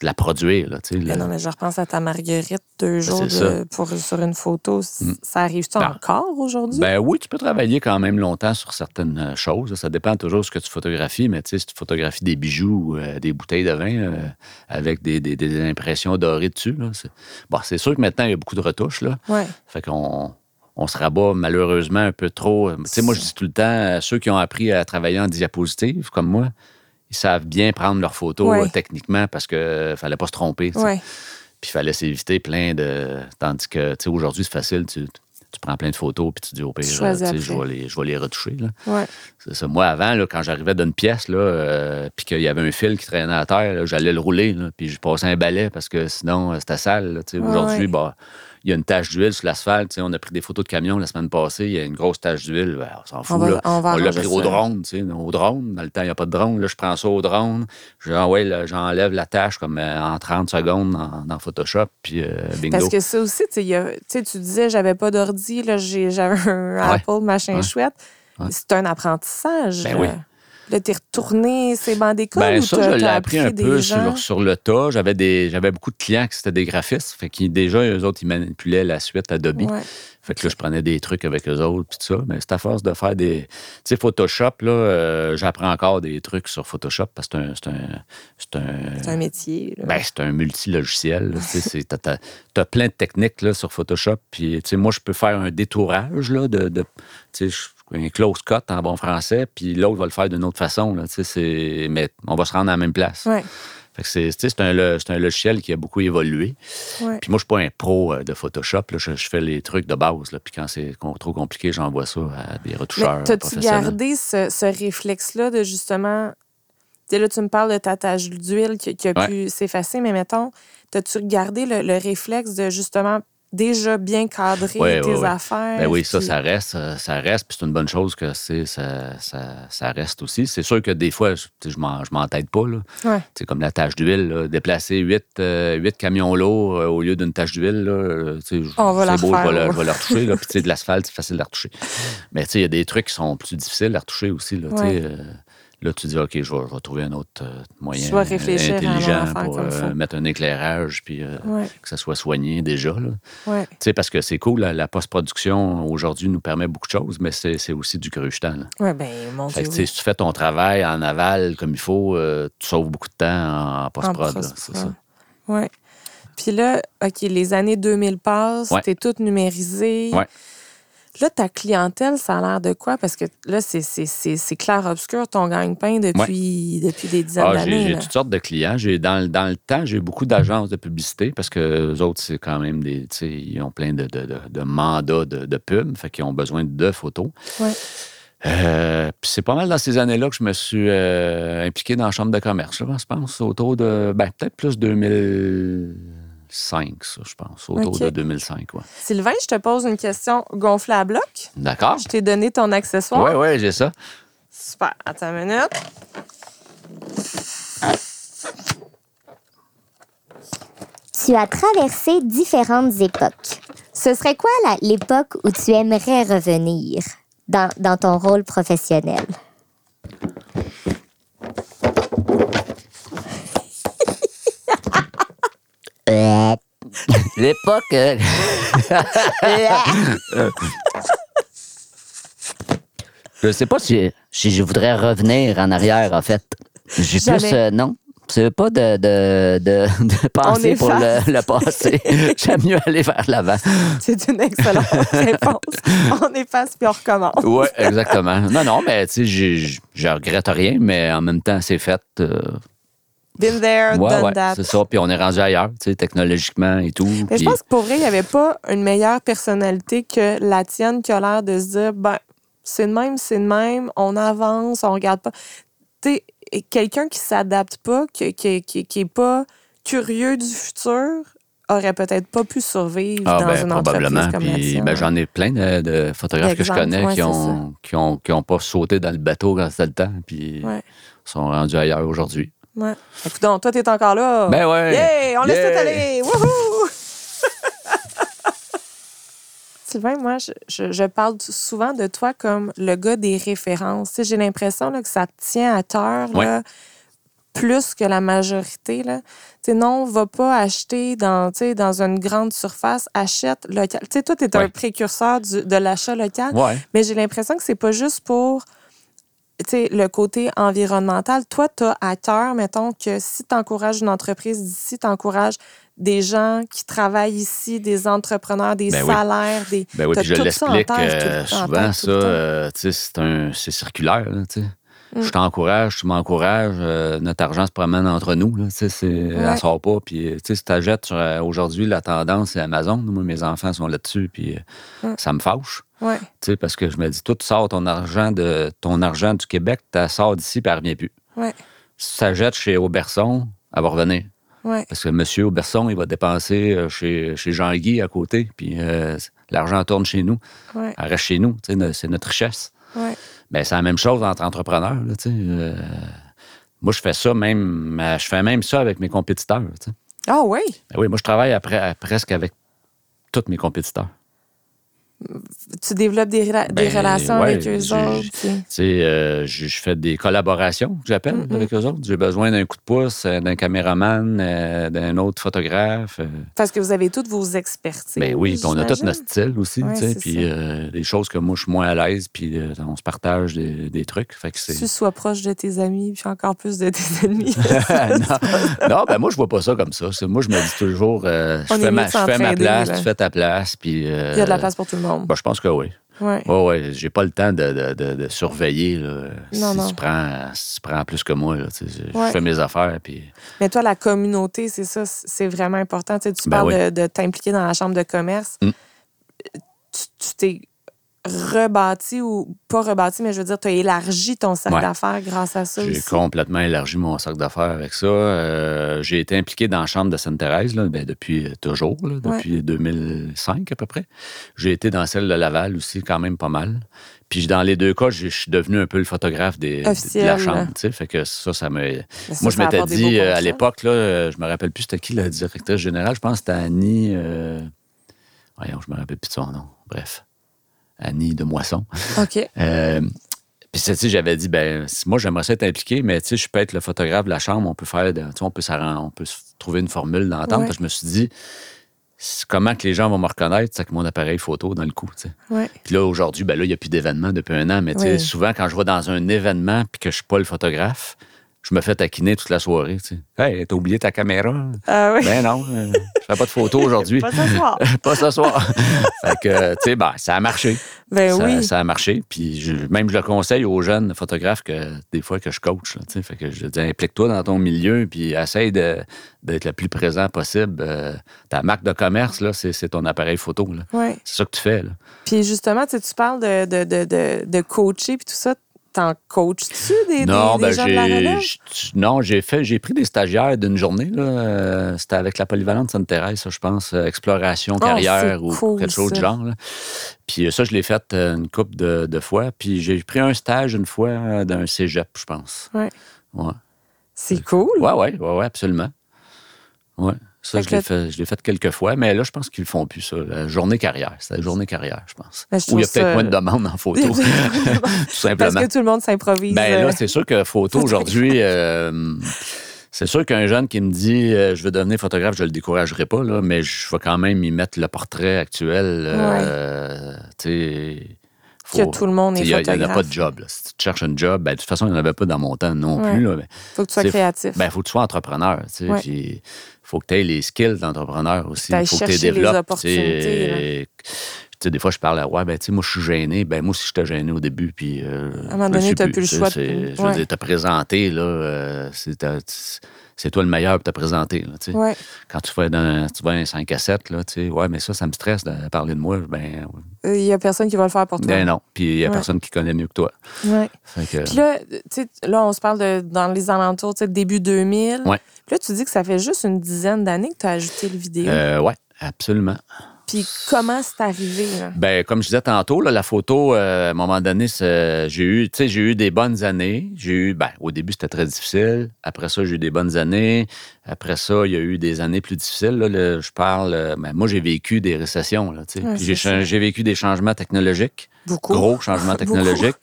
B: de la produire. Là, tu sais,
C: Ben
B: le-
C: non, mais je repense à ta marguerite deux jours
B: c'est
C: de- pour, sur une photo. C- Ça arrive-tu
B: Ben-
C: encore aujourd'hui?
B: Ben oui, tu peux travailler quand même longtemps sur certaines euh, choses. Ça dépend toujours de ce que tu photographies, mais tu sais, si tu photographies des bijoux, euh, des bouteilles de vin euh, avec des, des- des impressions dorées dessus, là, c'est... Bon, c'est sûr que maintenant, il y a beaucoup de retouches, là.
C: ouais.
B: Fait qu'on on se rabat malheureusement un peu trop. Tu sais, moi, je dis tout le temps, euh, ceux qui ont appris à travailler en diapositive, comme moi, ils savent bien prendre leurs photos
C: Ouais.
B: euh, techniquement parce qu'il ne fallait pas se tromper. tu sais.
C: ouais.
B: Puis il fallait s'éviter plein de. Tandis que, tu sais, aujourd'hui, c'est facile. Tu, tu prends plein de photos, puis tu dis au pire,
C: Tu
B: euh,
C: choisis
B: tu sais, je vais
C: après.
B: les, je vais les retoucher. Là.
C: ouais.
B: C'est ça. Moi, avant, là, quand j'arrivais d'une pièce, là, euh, puis qu'il y avait un fil qui traînait à terre, là, j'allais le rouler, là, puis je passais un balai parce que sinon, euh, c'était sale. là, tu sais.
C: Ouais, ouais.
B: Aujourd'hui, bah, il y a une tache d'huile sur l'asphalte. tu sais, On a pris des photos de camion la semaine passée, il y a une grosse tache d'huile. ben, on s'en fout.
C: va-
B: là.
C: on va
B: l'a
C: arranger
B: pris au
C: ça.
B: drone. tu sais, Au drone, dans le temps, il n'y a pas de drone. Là, je prends ça au drone, j'en- ouais, là, j'enlève la tache comme euh, en 30 secondes dans, dans Photoshop, puis euh, bingo.
C: Parce que ça aussi, tu sais, il y a- tu sais, tu disais, j'avais pas d'ordi, là, j'ai- j'avais un
B: Ouais.
C: Apple, machin
B: Ouais.
C: chouette.
B: Ouais.
C: C'est un apprentissage.
B: Ben oui.
C: là. Là, t'es retourné ces bancs d'école
B: Ben,
C: ou
B: ça,
C: t'as-
B: je l'ai
C: t'as
B: appris un
C: des
B: peu
C: gens?
B: sur, sur le tas. J'avais des, j'avais beaucoup de clients qui étaient des graphistes. Fait qu'ils, déjà, eux autres, ils manipulaient la suite Adobe.
C: Ouais.
B: Fait que là, je prenais des trucs avec eux autres, puis tout ça. Mais c'est à force de faire des... Tu sais, Photoshop, là, euh, j'apprends encore des trucs sur Photoshop parce que c'est un... C'est un...
C: C'est un métier. là.
B: Ben, c'est un multilogiciel. là. Tu sais, c'est- t'as- T'as t'as plein de techniques là, sur Photoshop. Puis, tu sais, moi, je peux faire un détourage là, de, de- tu sais, je- un close cut en bon français, puis l'autre va le faire d'une autre façon. Là, tu sais, c'est- mais on va se rendre à la même place.
C: Ouais,
B: Fait que c'est tu sais, c'est un, lo- c'est un logiciel qui a beaucoup évolué.
C: ouais.
B: Puis moi, je suis pas un pro euh, de Photoshop. là. Je, je fais les trucs de base. là. Puis quand c'est con- trop compliqué, j'envoie ça à des retoucheurs
C: Mais t'as-tu
B: professionnels.
C: gardé ce, ce réflexe-là de justement. Tu sais, là, tu me parles de ta tache d'huile qui, qui a
B: Ouais.
C: pu s'effacer, mais mettons, t'as-tu gardé le, le réflexe de justement déjà bien cadré
B: Ouais,
C: tes
B: ouais, ouais.
C: affaires.
B: Ben oui, ça,
C: puis-
B: ça reste, euh, ça reste, puis c'est une bonne chose que c'est, ça, ça, ça reste aussi. C'est sûr que des fois, je tu sais, je m'en- je m'entête pas, là.
C: Ouais.
B: C'est comme la tâche d'huile, là. déplacer huit, euh, huit camions lourds euh, au lieu d'une tâche d'huile, là, euh, tu sais, je-
C: On va la
B: c'est beau, je vais
C: refaire,
B: la,
C: là.
B: je vais la retoucher, là. Puis
C: (laughs)
B: tu sais, de l'asphalte, c'est facile de la retoucher. Mais tu sais, il y a des trucs qui sont plus difficiles à retoucher aussi, là. tu sais,
C: Ouais.
B: euh, là, tu dis, OK, je vais, je vais trouver un autre euh, moyen
C: vas réfléchir à
B: intelligent
C: l'affaire
B: pour
C: comme
B: euh,
C: faut.
B: mettre un éclairage, puis euh,
C: Ouais,
B: que ça soit soigné déjà, là.
C: ouais.
B: Tu sais, parce que c'est cool, la, la post-production aujourd'hui nous permet beaucoup de choses, mais c'est c'est aussi du grugetant. là.
C: Ouais, ben, mon
B: Fait
C: Dieu.
B: que, tu sais,
C: oui.
B: si tu fais ton travail en aval comme il faut, euh, tu sauves beaucoup de temps en, en post-prod. là, c'est ça.
C: Ouais. Puis là, OK, les années 2000 passent,
B: Ouais.
C: t'es toute numérisée.
B: Ouais.
C: Là, ta clientèle, ça a l'air de quoi? Parce que là, c'est- c'est c'est- c'est clair-obscur ton gagne-pain depuis, depuis des dizaines
B: Ah, j'ai
C: d'années.
B: j'ai
C: là.
B: toutes sortes de clients. J'ai dans, le- dans le temps, j'ai beaucoup d'agences de publicité parce que eux autres, c'est quand même des. tu sais, Ils ont plein de, de- de- de mandats de, de pub, fait qu'ils ont besoin de photos.
C: Ouais.
B: Euh, puis c'est pas mal dans ces années-là que je me suis euh, impliqué dans la chambre de commerce, là, je pense, autour de. Ben, peut-être plus 2005, ça, je pense. Autour
C: Ok.
B: de 2005, ouais.
C: Sylvain, je te pose une question gonflée à bloc.
B: D'accord?
C: Je t'ai donné ton accessoire.
B: Oui, oui, j'ai ça.
C: Super. Attends une minute.
D: Tu as traversé différentes époques. Ce serait quoi la- l'époque où tu aimerais revenir dans, dans ton rôle professionnel?
B: L'époque.
E: euh, Je sais pas si, si je voudrais revenir en arrière, en fait. J'ai
C: Jamais.
E: plus. euh, non. C'est pas de, de, de, de (laughs) penser
C: est
E: pour
C: face.
E: le, le passé.
C: (laughs)
E: J'aime mieux aller vers l'avant.
C: C'est
B: (laughs)
C: une excellente réponse. On efface puis on recommence.
B: oui, exactement. Non, non, mais tu sais, j'ai- j'ai- je regrette rien, mais en même temps, c'est fait. euh,
C: Been there,
B: ouais,
C: done
B: ouais,
C: that.
B: c'est ça. Puis on est rendu ailleurs, tu sais, technologiquement et tout.
C: Mais je
B: puis-
C: pense que pour vrai, il n'y avait pas une meilleure personnalité que la tienne qui a l'air de se dire ben, c'est de même, c'est de même, on avance, on regarde pas. Tu sais, et quelqu'un qui s'adapte pas, qui, qui, qui, qui est pas curieux du futur, aurait peut-être pas pu survivre
B: Ah,
C: dans
B: ben,
C: une
B: probablement.
C: entreprise comme la
B: Puis,
C: tienne.
B: ben, j'en ai plein de, de photographes que je
C: D'exemples,
B: connais
C: ouais,
B: qui
C: c'est
B: n'ont qui ont, qui ont pas sauté dans le bateau quand c'était le temps, puis
C: Ouais.
B: sont rendus ailleurs aujourd'hui.
C: Ouais. Écoute donc, toi, t'es encore là.
B: Ben ouais.
C: Oh. Yeah! On laisse
B: Yeah!
C: tout
B: (laughs)
C: aller! Wouhou! Sylvain, moi, je, je- je parle souvent de toi comme le gars des références. Tu sais, J'ai l'impression là, que ça te tient à cœur là, plus que la majorité. Là. Tu sais, non, va pas acheter dans, tu sais, dans une grande surface, achète local. Tu sais, toi, tu es un
B: Ouais.
C: précurseur du- de l'achat local.
B: Ouais.
C: Mais j'ai l'impression que c'est pas juste pour tu sais, le côté environnemental. Toi, tu as à cœur, mettons, que si tu encourages une entreprise d'ici, tu encourages des gens qui travaillent ici, des entrepreneurs, des
B: Ben oui.
C: salaires, des.
B: Ben oui,
C: T'as
B: puis je
C: tout ça en
B: l'explique
C: tête, tout le
B: euh,
C: temps, en
B: souvent,
C: tête, tout
B: ça,
C: le temps.
B: euh, tu sais, c'est un- c'est circulaire, là, tu sais.
C: Mm.
B: Je t'encourage, tu m'encourages, euh, notre argent se promène entre nous. Là, tu sais, c'est-
C: Ouais.
B: Elle sort pas. Puis, euh, tu sais, si t'achètes sur, euh, aujourd'hui, la tendance, c'est Amazon. Moi, mes enfants sont là-dessus, puis euh,
C: Mm.
B: ça me fâche.
C: Ouais.
B: Tu sais, parce que je me dis, tout sort ton argent de ton argent du Québec, tu sort d'ici, puis elle revient plus.
C: Ouais.
B: Si ça jette chez Auberson, elle va revenir.
C: Ouais.
B: Parce que Monsieur Auberson, il va dépenser euh, chez, chez Jean-Guy à côté, puis euh, l'argent tourne chez nous,
C: Ouais.
B: elle reste chez nous. Tu sais, no- c'est notre richesse.
C: Ouais.
B: Mais c'est la même chose entre entrepreneurs. là, tu sais, euh, moi, je fais ça même, euh, je fais même ça avec mes compétiteurs. tu sais.
C: Ah oui.
B: Ben oui, moi, je travaille après, à- presque avec tous mes compétiteurs.
C: Tu développes des, rela- des
B: Ben,
C: relations
B: ouais,
C: avec eux
B: j'ai-
C: autres. puis-
B: Tu sais, euh, je, je fais des collaborations, que j'appelle,
C: Mhm.
B: avec eux autres. J'ai besoin d'un coup de pouce, euh, d'un caméraman, euh, d'un autre photographe. euh.
C: Parce que vous avez toutes vos expertises.
B: Ben oui, puis on a tous
C: j'imagine.
B: notre style aussi,
C: Ouais,
B: tu sais,
C: c'est
B: puis
C: ça.
B: euh, des choses que moi, je suis moins à l'aise, puis euh, on se partage des, des trucs. Fait que
C: Tu
B: c'est...
C: sois proche de tes amis, puis encore plus de tes (laughs) ennemis.
B: (laughs) Ah, non. Non, ben moi, je vois pas ça comme ça. C'est- Moi, je me dis toujours, euh, je,
C: On est
B: fais ma,
C: mieux de
B: je fais ma
C: s'entraider,
B: place,
C: là.
B: tu fais ta place, puis...
C: Il y a de la
B: euh,
C: place pour tout le monde.
B: ben, je pense que oui.
C: Ouais.
B: Oui, oui, j'ai pas le temps de, de- de- de surveiller là,
C: Non,
B: si,
C: non.
B: Tu prends, si tu prends plus que moi. là, tu sais, je-
C: Ouais.
B: Je fais mes affaires, puis...
C: Mais toi, la communauté, c'est ça, c- c'est vraiment important. Tu, sais, tu
B: Ben Mm.
C: parles
B: oui.
C: de, de t'impliquer dans la chambre de commerce.
B: Mm.
C: Tu tu t'es rebâti ou pas rebâti, mais je veux dire, tu as élargi ton cercle
B: Ouais.
C: d'affaires grâce à ça
B: J'ai
C: aussi.
B: complètement élargi mon cercle d'affaires avec ça. Euh, j'ai été impliqué dans la chambre de Sainte-Thérèse là, ben, depuis euh, toujours, là, depuis 2005 à peu près. J'ai été dans celle de Laval aussi, quand même pas mal. Puis dans les deux cas, je je suis devenu un peu le photographe des, de
C: Officiel,
B: la
C: là.
B: chambre. tu sais. Fait que ça, ça m'a.
C: Mais Ben, ça,
B: Moi, je
C: ça
B: m'étais
C: apporte des beaux
B: dit euh, à
C: contrats.
B: l'époque, là, euh, je me rappelle plus c'était qui la directrice générale. Je pense que c'était Annie. euh, Voyons, je me rappelle plus de son nom. Bref. Annie de Moisson.
C: OK.
B: Euh, puis ça, tu sais, j'avais dit, ben, si- moi, j'aimerais ça être impliqué, mais tu sais, je peux être le photographe de la chambre, on peut faire, de- tu sais, on peut, s'arran- on peut se trouver une formule d'entente.
C: Ouais.
B: Parce que Je me suis dit, c'est comment que les gens vont me reconnaître, c'est que mon appareil photo dans le coup, tu sais.
C: Ouais.
B: Puis là, aujourd'hui, ben là, il n'y a plus d'événements depuis un an, mais tu sais,
C: Oui.
B: souvent, quand je vais dans un événement puis que je suis pas le photographe, je me fais taquiner toute la soirée, tu sais. Hey, t'as oublié ta caméra?
C: Ah oui.
B: Ben non, euh, je fais pas de photo aujourd'hui.
C: (laughs) Pas ce
B: (laughs)
C: soir.
B: pas ce soir. fait que, tu sais, ben, ça a marché
C: Ben
B: ça,
C: oui.
B: ça a marché. Puis je- même je le conseille aux jeunes photographes que des fois que je coach. là, tu sais. fait que je dis implique-toi dans ton milieu puis essaye de- d'être le plus présent possible. Euh, ta marque de commerce, là, c'est c'est ton appareil photo. là.
C: Ouais.
B: C'est ça que tu fais. là.
C: Puis justement, tu sais, tu parles de, de, de, de, de coacher puis tout ça. T'en coaches-tu des, des-
B: non,
C: des
B: ben,
C: gens de la
B: j'ai-
C: relève?
B: j'- non, j'ai fait, j'ai pris des stagiaires d'une journée. là. Euh, C'était avec la polyvalente Sainte-Thérèse, ça, je pense, euh, exploration, carrière
C: Oh, c'est
B: ou
C: cool,
B: quelque chose
C: ça.
B: du genre. là. Puis euh, ça, je l'ai fait euh, une couple de, de fois. Puis j'ai pris un stage une fois euh, d'un cégep, je pense.
C: Ouais.
B: Ouais.
C: C'est cool.
B: Oui, oui, oui, ouais, absolument. Ouais. Ça,
C: Fait
B: je
C: que
B: l'ai
C: le-
B: fait, je l'ai fait quelques fois, mais là, je pense qu'ils le font plus, ça. La journée carrière. C'est la journée carrière, je pense.
C: Ben, je
B: Ou il y a
C: trouve
B: peut-être
C: ça-
B: moins de demandes en
C: (laughs)
B: photo, tout
C: Parce
B: simplement.
C: que tout le monde s'improvise.
B: Ben
C: euh,
B: là, c'est sûr que
C: (laughs)
B: photo aujourd'hui, euh, c'est sûr qu'un jeune qui me dit euh, je veux devenir photographe, je le découragerai pas, là, mais je vais quand même y mettre le portrait actuel. euh, tu sais,
C: que
B: faut-
C: tout le monde
B: tu
C: est
B: sais, Il n'y en a
C: photographe.
B: pas de job. là. Si tu te cherches un job, ben, de toute façon, il n'y en avait pas dans mon temps non
C: Ouais.
B: plus. Là, mais
C: Faut que tu sois
B: c'est-
C: créatif.
B: ben, il faut que tu sois entrepreneur. Tu sais,
C: Ouais.
B: puis faut que tu aies les skills d'entrepreneur aussi.
C: T'ailles
B: Il faut que tu les
C: chercher les
B: développes. tu sais,
C: opportunités, là.
B: et- tu sais, des fois, je parle à Ouais, ben, tu sais, moi, je suis gêné. Ben, moi aussi, j'étais gêné au début. Puis, euh,
C: À un moment
B: je me
C: donné,
B: suis
C: t'as plus le
B: tu sais,
C: choix de-
B: c'est- Je veux
C: Ouais.
B: dire, t'as présenté, là, euh, c'est ta- c'est toi le meilleur pour te présenter. là, tu sais.
C: Ouais.
B: Quand tu vas dans tu vas à un 5 à 7, là, tu sais, ouais, mais ça, ça me stresse de parler de moi. Ben,
C: Il n'y Euh, a personne qui va le faire pour toi.
B: ben non. Puis, il n'y a
C: Ouais.
B: personne qui connaît mieux que toi.
C: Ouais.
B: Fait que-
C: Puis là, tu sais, là, on se parle de, dans les alentours, tu sais, début 2000.
B: Ouais.
C: Puis là, tu dis que ça fait juste une dizaine d'années que tu as ajouté le vidéo.
B: Euh, ouais, absolument.
C: Puis comment c'est arrivé? là?
B: Ben, comme je disais tantôt, là, la photo, euh, à un moment donné, c'est- euh, j'ai eu, tu sais, j'ai eu des bonnes années. J'ai eu, ben, au début, c'était très difficile. Après ça, j'ai eu des bonnes années. Après ça, il y a eu des années plus difficiles. Là, Le- je parle, euh, ben, moi, j'ai vécu des récessions, là, tu sais.
C: Ouais,
B: Puis j'ai
C: c'est
B: chang-
C: ça.
B: j'ai vécu des changements technologiques,
C: (laughs) Beaucoup.
B: gros changements technologiques.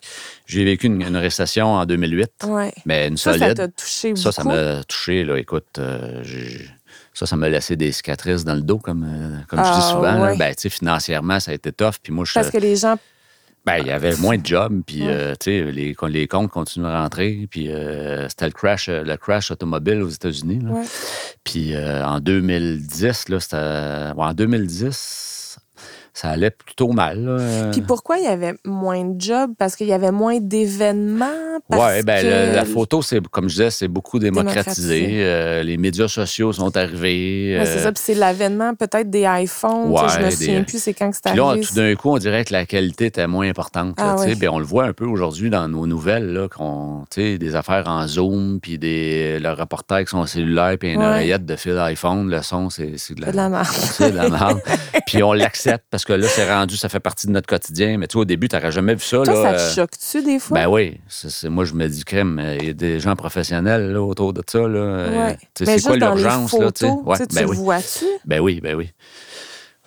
B: J'ai vécu une, une récession en 2008,
C: Ouais.
B: mais une
C: Ça, ça
B: solide.
C: t'a touché
B: Ça, ça
C: beaucoup.
B: m'a touché, là. Écoute, euh, j'ai- ça, ça m'a laissé des cicatrices dans le dos, comme, euh, comme je dis
C: Ah,
B: souvent. là.
C: ouais.
B: Ben, tu sais, financièrement, ça a été tough. Puis moi, je,
C: Parce que les gens.
B: ben, il y avait moins de jobs. Puis,
C: Ouais.
B: euh, tu sais, les, les comptes continuent à rentrer. Puis, euh, c'était le crash, euh, le crash automobile aux États-Unis. là.
C: Ouais.
B: Puis, euh, en 2010, là, c'était- ouais, en 2010, ça allait plutôt mal. là.
C: Puis pourquoi il y avait moins de jobs? Parce qu'il y avait moins d'événements? Parce
B: Oui, ben,
C: que-
B: la, la photo, c'est, comme je disais, c'est beaucoup démocratisé.
C: Démocratisé.
B: Euh, les médias sociaux sont arrivés.
C: Ouais, c'est
B: euh,
C: ça. Puis c'est l'avènement peut-être des iPhones. tu sais, je
B: Ouais,
C: me
B: des-
C: souviens plus, c'est quand que c'est
B: Puis
C: arrivé.
B: là, on- tout d'un coup, on dirait que la qualité était moins importante. là,
C: Ah
B: tu sais.
C: ouais.
B: Puis on le voit un peu aujourd'hui dans nos nouvelles, là, qu'on, tu sais, des affaires en Zoom, puis des, le reporter avec son cellulaire, puis une
C: Ouais.
B: oreillette de fil iPhone, le son, c'est, c'est de la,
C: C'est de la merde.
B: c'est de
C: (laughs)
B: la merde. puis on l'accepte parce que là, c'est rendu, ça fait partie de notre quotidien. Mais tu vois, au début, tu n'aurais jamais vu ça.
C: Toi,
B: là,
C: ça te
B: euh,
C: choque-tu des fois?
B: ben oui, c'est, c'est- moi je me dis crème, il y a des gens professionnels là, autour de ça. Là, euh,
C: Ouais.
B: tu sais,
C: Mais
B: c'est quoi
C: juste dans les
B: l'urgence? là, tu sais?
C: photos,
B: Ouais,
C: tu sais, tu
B: ben
C: le
B: oui.
C: vois-tu?
B: Ben oui, ben oui.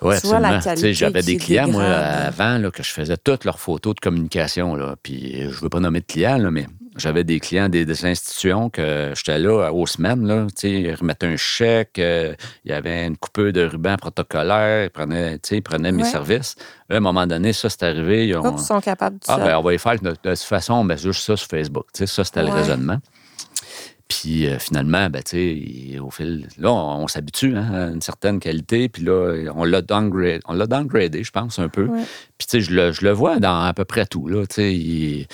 B: Oui,
C: Tu vois la
B: absolument. Tu
C: qualité
B: sais, J'avais des
C: qui
B: clients, moi,
C: dégrade.
B: avant, là, que je faisais toutes leurs photos de communication. Là. Puis, euh, je ne veux pas nommer de clients, là, mais j'avais des clients des, des institutions que j'étais là euh, aux semaines. Là, tu sais, ils remettaient un chèque, euh, il y avait une coupe de ruban protocolaire, ils prenaient, tu sais, ils prenaient mes
C: Ouais.
B: services. Là, à un moment donné, ça, c'est arrivé. ils ont-
C: Hop, ils sont capables de
B: ah,
C: ça.
B: ben, on va y faire de, de toute façon, on met juste ça sur Facebook. Tu sais, ça, c'était le
C: Ouais.
B: raisonnement. Puis euh, finalement, ben, tu sais, il- au fil. Là, on, on s'habitue hein, à une certaine qualité. Puis là, on l'a downgrade- on l'a downgradé, je pense, un peu.
C: Ouais.
B: Puis, tu sais, je le, je le vois dans à peu près tout, là. Tu sais, il-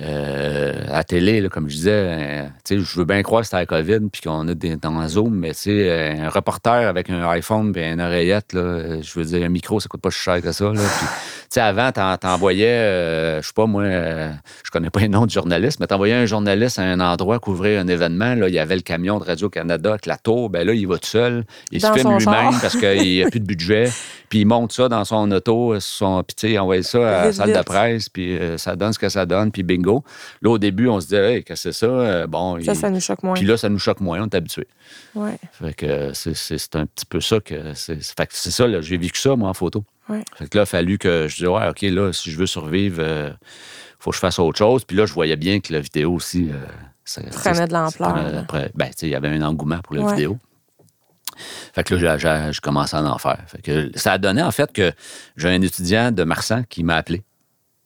B: euh, à télé, là, comme je disais, euh, tu sais, je veux bien croire que c'était la COVID puis qu'on est des- dans un Zoom, mais tu sais, euh, un reporter avec un iPhone et une oreillette, là, euh, je veux dire, un micro, ça coûte pas si cher que ça, là. Puis, tu sais, avant, t'en- t'envoyais, euh, je sais pas, moi, euh, je connais pas les noms de journalistes, mais t'envoyais un journaliste à un endroit couvrir un événement, là, il y avait le camion de Radio-Canada avec la tour, ben là, il va tout seul, il
C: Dans
B: se filme
C: son
B: lui-même
C: char.
B: parce qu'il n'y a plus de budget.
C: (laughs)
B: Puis il monte ça dans son auto, euh, son, puis tu sais, il envoie ça à la
C: Vite,
B: salle de
C: vite.
B: presse, puis euh, ça donne ce que ça donne, puis bingo. Là, au début, on se dit, hey, qu'est-ce que c'est ça? Euh, Bon,
C: Ça,
B: il-
C: ça nous choque moins.
B: puis là, ça nous choque moins, on est habitué.
C: Ouais.
B: Fait que c'est- c'est c'est un petit peu ça que. C'est c'est- fait que c'est ça, là, j'ai vécu ça, moi, en photo.
C: Ouais.
B: Fait que là, il a fallu que je dise, ouais, OK, là, si je veux survivre, il faut que je fasse autre chose. Puis là, je voyais bien que la vidéo aussi. euh, ça,
C: Prenait de l'ampleur,
B: ça prenait-
C: là.
B: prenait- ben, tu sais, il y avait un engouement pour la
C: Ouais.
B: vidéo. Fait que là, j'ai- j'ai- je commençais à en faire. Fait que ça a donné, en fait, que j'ai un étudiant de Marsan qui m'a appelé.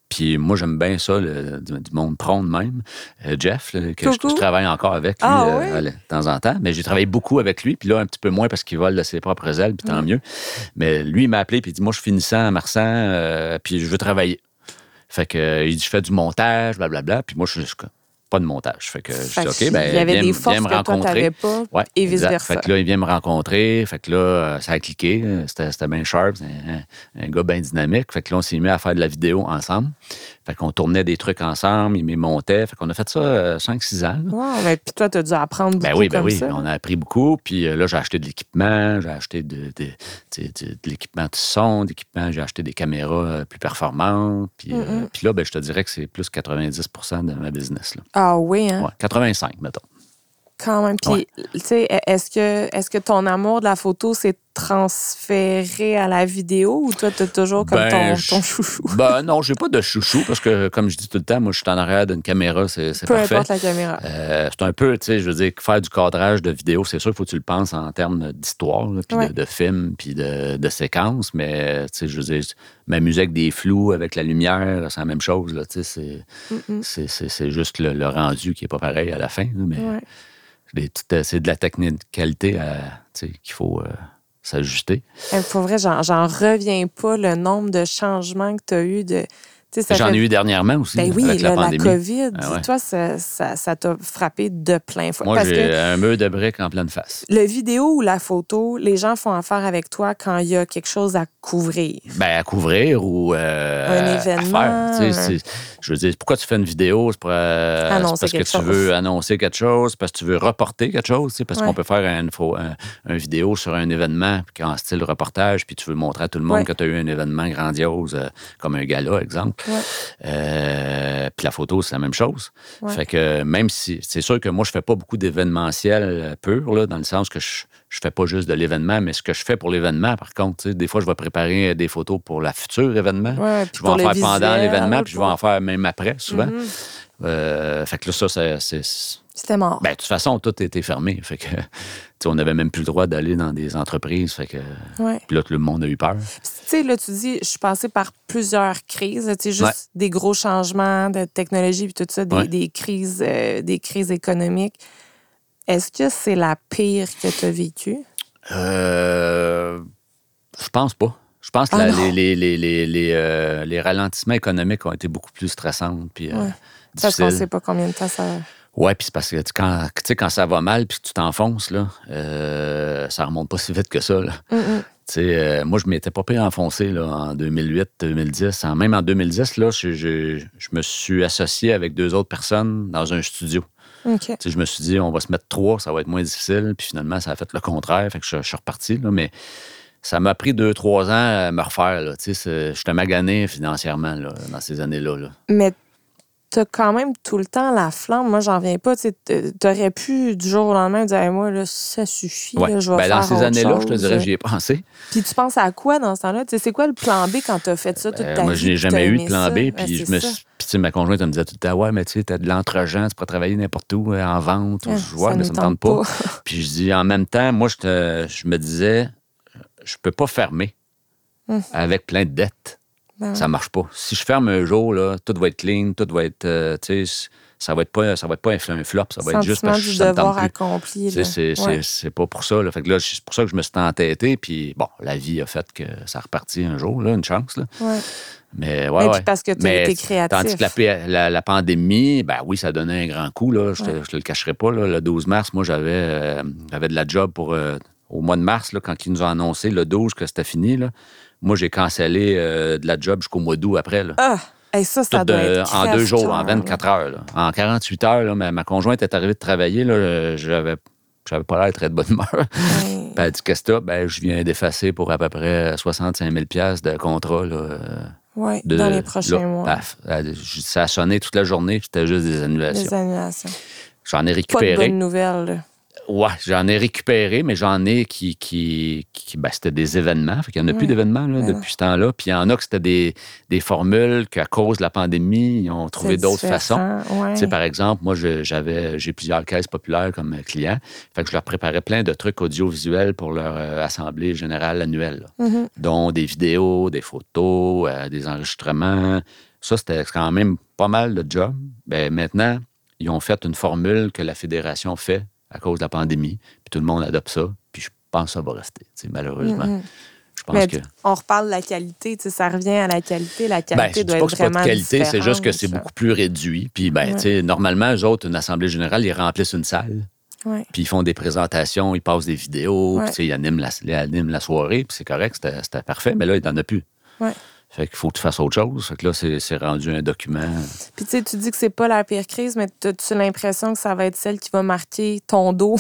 B: Puis moi, j'aime bien ça, le- du, du monde prône même. Euh, Jeff, là, que je,
C: Coucou.
B: je travaille encore avec lui
C: Ah
B: euh,
C: oui?
B: à la- de temps en temps. Mais j'ai travaillé beaucoup avec lui. Puis là, un petit peu moins parce qu'il vole de ses propres ailes, puis tant mieux. Mais lui, il m'a appelé, puis il dit Moi, je suis finissant à Marsan, euh, puis je veux travailler. Fait que, euh, il dit Je fais du montage, blablabla. Puis moi, je suis comme, pas de montage. Fait que je
C: Fait
B: dis
C: que
B: OK, ben,
C: il y avait
B: viens,
C: des
B: me-
C: forces
B: viens me
C: que toi,
B: rencontrer.
C: t'avais pas.
B: Ouais,
C: et
B: exact.
C: vice-versa.
B: Fait que là, il vient me rencontrer. Fait que là, euh, ça a cliqué. euh, C'était c'était bien sharp. c'est Un, un gars bien dynamique. Fait que là, on s'est mis à faire de la vidéo ensemble. Fait qu'on tournait des trucs ensemble. Il me montait. Fait qu'on a fait ça 5-6 ans. là.
C: Wow, ben, puis toi, t'as dû apprendre beaucoup
B: Ben oui, ben
C: comme
B: oui.
C: ça.
B: On a appris beaucoup. Puis euh, là, j'ai acheté de l'équipement, j'ai acheté de, de, tu sais, de- de l'équipement de son, d'équipement, j'ai acheté des caméras euh, plus performantes. Puis, euh, puis là, ben, je te dirais que c'est plus 90 de ma business. Là.
C: Ah oui, hein?
B: Ouais, 85, mettons.
C: Quand même. Puis,
B: Ouais.
C: tu sais, e-, est-ce que, est que ton amour de la photo s'est transféré à la vidéo ou toi, t'as toujours comme
B: Ben,
C: ton,
B: je-
C: ton chouchou?
B: Ben non, j'ai pas de chouchou parce que, comme je dis tout le temps, moi, je suis en arrière d'une caméra, c'est c'est
C: Peu
B: parfait.
C: importe la caméra.
B: Euh, c'est un peu, tu sais, je veux dire, faire du cadrage de vidéo, c'est sûr qu'il faut que tu le penses en termes d'histoire, là, puis
C: Ouais.
B: de, de film, puis de, de séquences, mais, tu sais, je veux dire, m'amuser avec des flous, avec la lumière, c'est la même chose, là, tu sais, c'est- c'est- c'est c'est juste le, le rendu qui est pas pareil à la fin, là, mais
C: Ouais.
B: des petites- euh, c'est de la technicalité à- tu sais, qu'il faut euh, s'ajuster.
C: Eh, Pour vrai, j'en j'en reviens pas le nombre de changements que t'as eu. De... tu sais, ça
B: J'en
C: fait-
B: ai eu dernièrement aussi,
C: Ben oui,
B: avec
C: là,
B: la pandémie.
C: COVID,
B: Ah ouais.
C: dis-toi, ça- ça ça t'a frappé de plein fouet.
B: Moi,
C: Parce
B: j'ai
C: que
B: un mur de briques en pleine face.
C: le vidéo ou la photo, les gens font affaire avec toi quand il y a quelque chose à couvrir.
B: Ben, à couvrir ou euh,
C: Un
B: à- à
C: événement,
B: faire, tu sais,
C: un-
B: c'est- je veux dire, pourquoi tu fais une vidéo? C'est pour, euh,
C: Annoncer
B: c'est parce que
C: quelque
B: tu
C: chose.
B: veux annoncer quelque chose, parce que tu veux reporter quelque chose, tu sais, parce
C: Ouais.
B: qu'on peut faire une un, un vidéo sur un événement puis en style reportage, puis tu veux montrer à tout le monde
C: Ouais.
B: que tu as eu un événement grandiose, euh, comme un gala, exemple.
C: Ouais.
B: Euh, puis la photo, c'est la même chose.
C: Ouais.
B: Fait que même si, c'est sûr que moi, je fais pas beaucoup d'événementiel euh, pur, là, dans le sens que je, je fais pas juste de l'événement, mais ce que je fais pour l'événement, par contre, tu sais, des fois, je vais préparer euh, des photos pour la future événement.
C: Ouais, puis
B: Hum. je vais
C: pour
B: en
C: le
B: faire
C: visuel, Mm-hmm.
B: pendant l'événement, puis je vais
C: pour-
B: en faire même après, souvent. Euh, fait que là, ça, c'est- c'est.
C: C'était mort.
B: Ben, de toute façon, tout était fermé. Fait que, (laughs) tu sais, on n'avait même plus le droit d'aller dans des entreprises. Fait que,
C: Ouais.
B: puis là, tout le monde a eu peur.
C: Puis, Tu sais, là, tu dis, je suis passée par plusieurs crises, tu sais, juste
B: Ouais.
C: des gros changements de technologie, puis tout ça, des,
B: Ouais.
C: des crises, euh, des crises économiques. Est-ce que c'est la pire que tu as vécue?
B: Euh, je pense pas. Je pense que
C: Ah
B: la-
C: non.
B: les, les, les, les, les, euh, les ralentissements économiques ont été beaucoup plus stressants. Puis, euh,
C: Ouais. Parce qu'on ne sait
B: difficiles.
C: pas combien de temps ça.
B: Ouais, puis c'est parce que tu- quand, tu sais, quand ça va mal puis que tu t'enfonces, là, euh, ça remonte pas si vite que ça. là.
C: Mm, mm.
B: Tu sais, euh, moi, je m'étais pas pire enfoncé là, en 2008, 2010. En- même en 2010, là, je, je- je me suis associé avec deux autres personnes dans un studio.
C: OK.
B: Tu sais, je me suis dit, on va se mettre trois, ça va être moins difficile. Puis finalement, ça a fait le contraire. Fait que je, je suis reparti. là, mais ça m'a pris deux, trois ans à me refaire. Là, tu sais, c'est- j'étais magané financièrement là, dans ces années-là. là.
C: Mais t'as quand même tout le temps la flamme. Moi, j'en viens pas. Tu sais, t- euh, T'aurais pu du jour au lendemain dire Hey, moi, là, ça suffit,
B: Ouais.
C: là, je vais
B: Ben,
C: faire
B: dans ces
C: autre
B: années-là, je te
C: chose.
B: dirais, j'y ai pensé.
C: Puis tu penses à quoi dans ce temps-là? Tu sais, c'est quoi le plan B quand t'as fait ça toute
B: Euh,
C: ta
B: moi,
C: vie?
B: je n'ai
C: puis
B: jamais
C: t'as
B: eu de
C: aimé
B: plan
C: ça?
B: B.
C: Ouais,
B: Puis je
C: c'est
B: me
C: ça.
B: suis- puis, tu sais, ma conjointe, elle me disait tout le temps Ouais, mais tu sais, t'as de l'entre-gens, tu pourrais travailler n'importe où, euh, en vente, ou
C: Ah,
B: je vois,
C: ça
B: mais
C: nous
B: ça me tente
C: tente
B: pas. puis je dis En même temps, moi, je, te- je me disais Je peux pas fermer
C: Hum.
B: avec plein de dettes.
C: Ben
B: Ça marche pas. Si je ferme un jour, là, tout va être clean, tout va être. euh, tu sais, ça va être pas, ça va être pas un un flop, ça va être juste
C: Sentiment
B: parce que
C: du
B: ça me tente
C: devoir
B: plus.
C: accompli.
B: C'est-
C: là.
B: C'est
C: Ouais.
B: c'est- c'est pas pour ça. là. Fait que là, c'est pour ça que je me suis entêté. Puis bon, la vie a fait que ça repartit un jour, là, une chance. là.
C: Ouais.
B: Mais ouais,
C: Mais puis
B: ouais.
C: parce que tu as
B: Mais
C: été
B: Tandis
C: créatif.
B: que la, pa- la- la pandémie, ben oui, ça donnait un grand coup. Là. Je ne te, je te le cacherai pas. là. Le 12 mars, moi, j'avais euh, j'avais de la job pour euh, au mois de mars, là, quand ils nous ont annoncé le 12 que c'était fini. Là. Moi, j'ai cancellé euh, de la job jusqu'au mois d'août après. là.
C: Ah! Hey, ça, ça
B: Tout
C: doit
B: de-
C: être
B: en deux jours, en
C: crève-cœur, là.
B: 24 heures. là. En 48 heures, là, ma, ma conjointe est arrivée de travailler. Là, euh, j'avais, j'avais pas l'air très de bonne humeur. (laughs) Puis elle dit Qu'est-ce que t'as? Ben, je viens d'effacer pour à peu près 65 000 de contrat. là, euh,
C: Ouais,
B: de-
C: dans les prochains
B: là.
C: mois.
B: Paf. Elle- je- ça a sonné toute la journée, puis c'était juste des
C: les
B: annulations.
C: annulations.
B: J'en ai
C: Pas de
B: récupéré.
C: bonnes nouvelles.
B: Ouais, j'en ai récupéré, mais j'en ai qui. qui, qui- ben, c'était des événements. Fait qu'il n'y en a plus
C: Ouais.
B: d'événements là,
C: Ben non.
B: depuis ce temps-là. Puis il y en a que c'était des, des formules qu'à cause de la pandémie, ils ont trouvé d'autres façons. Tu sais, par exemple, moi, je- j'avais, j'ai plusieurs caisses populaires comme clients. Fait que je leur préparais plein de trucs audiovisuels pour leur euh, assemblée générale annuelle, là.
C: Mhm.
B: dont des vidéos, des photos, euh, des enregistrements. Ça, c'était quand même pas mal de job. Ben, maintenant, ils ont fait une formule que la fédération fait à cause de la pandémie. Puis tout le monde adopte ça. Puis je pense que ça va rester, tu sais, malheureusement.
C: Mhm.
B: Je pense
C: Mais
B: que...
C: on reparle de la qualité, tu sais, ça revient à la qualité.
B: Ben,
C: La qualité
B: je dis
C: doit
B: pas
C: être
B: que c'est pas
C: vraiment
B: de qualité, c'est juste que
C: différente,
B: c'est
C: ça.
B: beaucoup plus réduit. Puis, ben,
C: Ouais.
B: tu sais, normalement, eux autres, une assemblée générale, ils remplissent une salle,
C: Ouais.
B: puis ils font des présentations, ils passent des vidéos,
C: Ouais.
B: puis, tu sais, ils animent la, ils animent la soirée, puis c'est correct, c'était c'était parfait, mais là, il n'en a plus.
C: Ouais.
B: Fait qu'il faut que tu fasses autre chose. Fait que là, c'est c'est rendu un document.
C: Puis tu sais, tu dis que c'est pas la pire crise, mais as-tu l'impression que ça va être celle qui va marquer
B: (laughs)
C: ton dos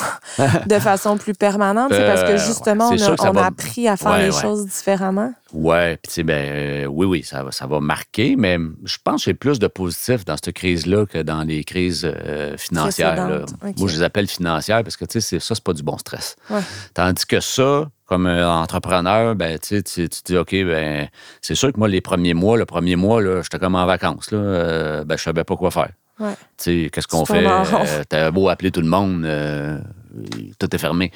C: de façon plus permanente? C'est parce
B: Euh,
C: que justement,
B: ouais. C'est
C: on,
B: sûr
C: a,
B: que ça
C: on
B: va-
C: a appris à faire
B: Ouais,
C: les
B: ouais.
C: choses différemment.
B: Ouais, puis tu sais, ben, euh, oui, oui, ça, va- ça va marquer, mais je pense que j'ai plus de positif dans cette crise-là que dans les crises euh, financières. là.
C: Précédentes, ok.
B: Moi, je les appelle financières parce que, tu sais, c'est- ça, c'est pas du bon stress.
C: Ouais.
B: Tandis que ça, comme euh, entrepreneur, ben, tu sais, tu tu dis, OK, ben, c'est sûr que moi, les premiers mois, le premier mois, là, j'étais comme en vacances, là, euh, ben, je savais pas quoi faire.
C: Ouais.
B: Tu sais, qu'est-ce qu'on
C: tournes
B: fait?
C: en rond.
B: Euh, T'as beau appeler tout le monde, euh, tout est fermé.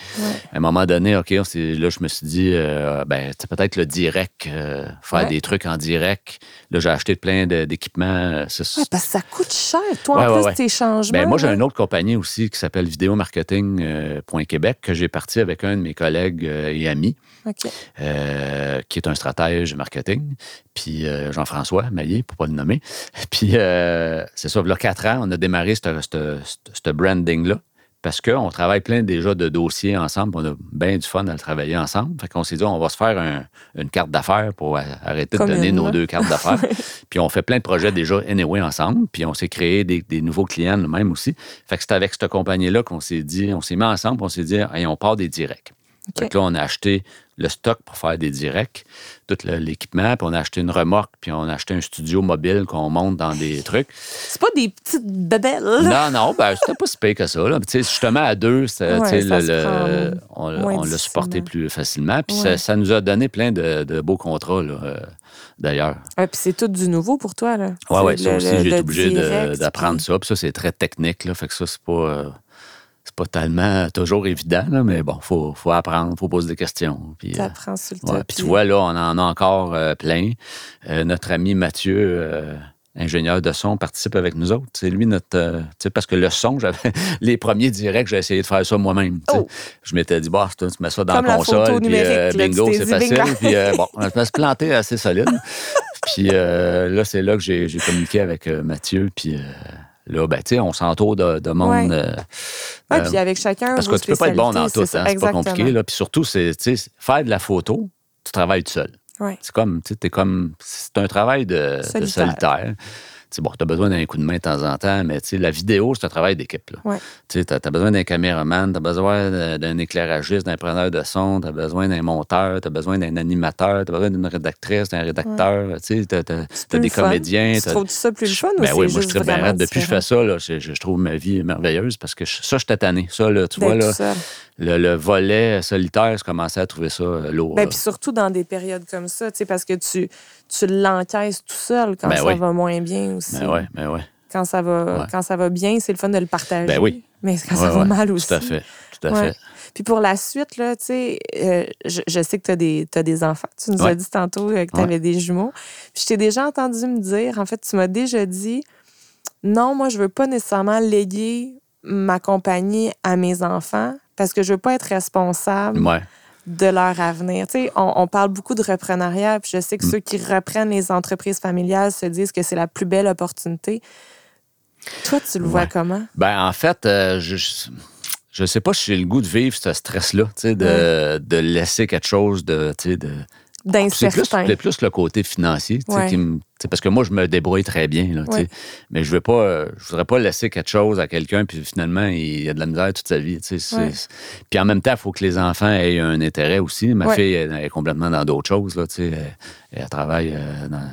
B: À un moment donné, OK, on s'est- là, je me suis dit, euh, ben, c'est peut-être le direct, euh, faire
C: Ouais.
B: des trucs en direct. Là, j'ai acheté plein de- d'équipements. euh, c'est-
C: Ouais, Ah, parce que ça coûte cher. Toi,
B: Ouais,
C: en
B: ouais,
C: plus,
B: ouais.
C: tes changements.
B: ben, moi, j'ai
C: là.
B: une autre compagnie aussi qui s'appelle videomarketing.québec que j'ai parti avec un de mes collègues euh, et amis
C: OK.
B: euh, qui est un stratège marketing, puis euh, Jean-François Maillé, pour pas le nommer. (laughs) Puis euh, c'est ça, il y a quatre ans, on a démarré ce- ce ce- ce branding-là parce qu'on travaille plein déjà de dossiers ensemble, puis on a bien du fun à le travailler ensemble. Fait qu'on s'est dit, on va se faire un- une carte d'affaires pour a- arrêter de
C: Commune,
B: donner nos
C: là.
B: deux cartes d'affaires. puis on fait plein de projets déjà anyway ensemble, puis on s'est créé des, des nouveaux clients nous-mêmes aussi. Fait que c'est avec cette compagnie-là qu'on s'est dit, on s'est mis ensemble, puis on s'est dit, Hey, on part des directs.
C: OK.
B: Fait que là, on a acheté le stock pour faire des directs, tout le- l'équipement, puis on a acheté une remorque, puis on a acheté un studio mobile qu'on monte dans des
C: (laughs)
B: trucs.
C: C'est pas des petites bébelles.
B: Non, non, ben, c'était pas si pire que ça. Là. Puis, tu sais, Justement, à deux, c'était,
C: Ouais,
B: tu sais,
C: ça
B: le-
C: se
B: le- on,
C: moins
B: on l'a supporté
C: difficilement.
B: plus facilement. Puis ça,
C: Ouais.
B: ça nous a donné plein de, de beaux contrats, là, euh, d'ailleurs.
C: Ouais, puis c'est tout du nouveau pour toi. là.
B: Oui,
C: C'est
B: oui, ça
C: le-
B: aussi,
C: le-
B: j'ai
C: le
B: été obligé de-
C: direct,
B: d'apprendre ça. Puis ça, c'est très technique, là. Fait que ça, c'est pas. euh, c'est pas tellement toujours évident, là, mais bon, faut, faut apprendre, faut poser des questions. Puis,
C: puis
B: euh,
C: T'apprends sur le
B: Ouais,
C: tas,
B: puis tu vois, là, on en a encore euh, plein. Euh, notre ami Mathieu, euh, ingénieur de son, participe avec nous autres. C'est lui notre. euh, tu sais, parce que le son, j'avais (laughs) les premiers directs, j'ai essayé de faire ça moi-même. tu sais.
C: Oh!
B: Je m'étais dit, bah, c'est- tu mets ça dans
C: Comme
B: la
C: la
B: console,
C: photo
B: puis euh,
C: numérique, là,
B: bingo,
C: tu t'es
B: c'est
C: dit,
B: facile.
C: bingo.
B: puis euh,
C: (laughs)
B: bon, je me suis planté assez solide. puis euh, là, c'est là que j'ai j'ai communiqué avec euh, Mathieu, puis. euh, Là, ben, tu sais, on s'entoure de, de monde
C: Ouais.
B: euh,
C: Ouais,
B: euh,
C: puis avec chacun.
B: parce
C: vos
B: que tu peux pas être bon dans tout,
C: spécialités,
B: hein,
C: c'est
B: c'est
C: ça,
B: pas
C: exactement.
B: compliqué. Là. Puis surtout, c'est tu sais, faire de la photo, tu travailles tout seul.
C: Ouais.
B: C'est comme, tu sais, t'es comme, c'est un travail de de solitaire.
C: Solitaire.
B: Tu sais, bon, t'as besoin d'un coup de main de temps en temps, mais tu sais, la vidéo, c'est un travail d'équipe. là.
C: Ouais.
B: Tu sais, t'as as besoin d'un caméraman, t'as besoin de- d'un éclairagiste, d'un preneur de son, t'as besoin d'un monteur, t'as besoin d'un animateur, t'as besoin d'une rédactrice, d'un rédacteur. Tu sais, t'as- t'as t'as
C: plus
B: des
C: le fun.
B: comédiens.
C: Tu
B: t'as-
C: trouves ça plus le fun ou
B: ben
C: c'est
B: oui, moi, je
C: juste
B: suis bien
C: vraiment
B: raide. Depuis que je fais
C: différent?
B: ça, là, je, je trouve ma vie merveilleuse parce que je- ça, je suis tanné. Ça, là, tu vois,
C: D'être
B: là,
C: Ben, tout seul.
B: le, le volet solitaire, je commençais à trouver ça euh, lourd.
C: Ben,
B: là.
C: puis surtout dans des périodes comme ça, tu sais, parce que tu, tu l'encaisses tout seul quand
B: Ben
C: ça
B: oui.
C: va moins bien aussi.
B: Ben ouais, ben ouais.
C: Quand, ça va,
B: Ouais.
C: quand ça va bien, c'est le fun de le partager.
B: Ben oui.
C: Mais quand ça
B: Ouais,
C: va
B: ouais,
C: mal aussi.
B: Tout à fait. Tout à
C: Ouais.
B: fait.
C: Puis pour la suite, là, tu sais, euh, je, je sais que tu as des, t'as des enfants. Tu nous
B: Ouais.
C: as dit tantôt euh, que tu avais des jumeaux. Puis je t'ai déjà entendu me dire, en fait, tu m'as déjà dit non, moi, je veux pas nécessairement léguer ma compagnie à mes enfants parce que je veux pas être responsable
B: Ouais.
C: de leur avenir. Tu sais, on, on parle beaucoup de reprenariat, puis je sais
B: Mm.
C: que ceux qui reprennent les entreprises familiales se disent que c'est la plus belle opportunité. Toi, tu le vois
B: Ouais.
C: comment?
B: Ben, en fait, euh, je je sais pas si j'ai le goût de vivre ce stress-là, tu sais, de, de laisser quelque chose de. tu sais, de... C'est plus,
C: D'incertain.
B: c'est plus le côté financier, tu sais,
C: Ouais.
B: qui me- tu sais, parce que moi, je me débrouille très bien, là, tu sais.
C: Ouais.
B: mais je ne pas, euh, je voudrais pas laisser quelque chose à quelqu'un, puis finalement, il a de la misère toute sa vie. tu sais, c'est-
C: Ouais.
B: c'est- Puis en même temps, il faut que les enfants aient un intérêt aussi. Ma
C: Ouais.
B: fille elle, elle est complètement dans d'autres choses, là, tu sais. Elle, elle travaille euh, dans-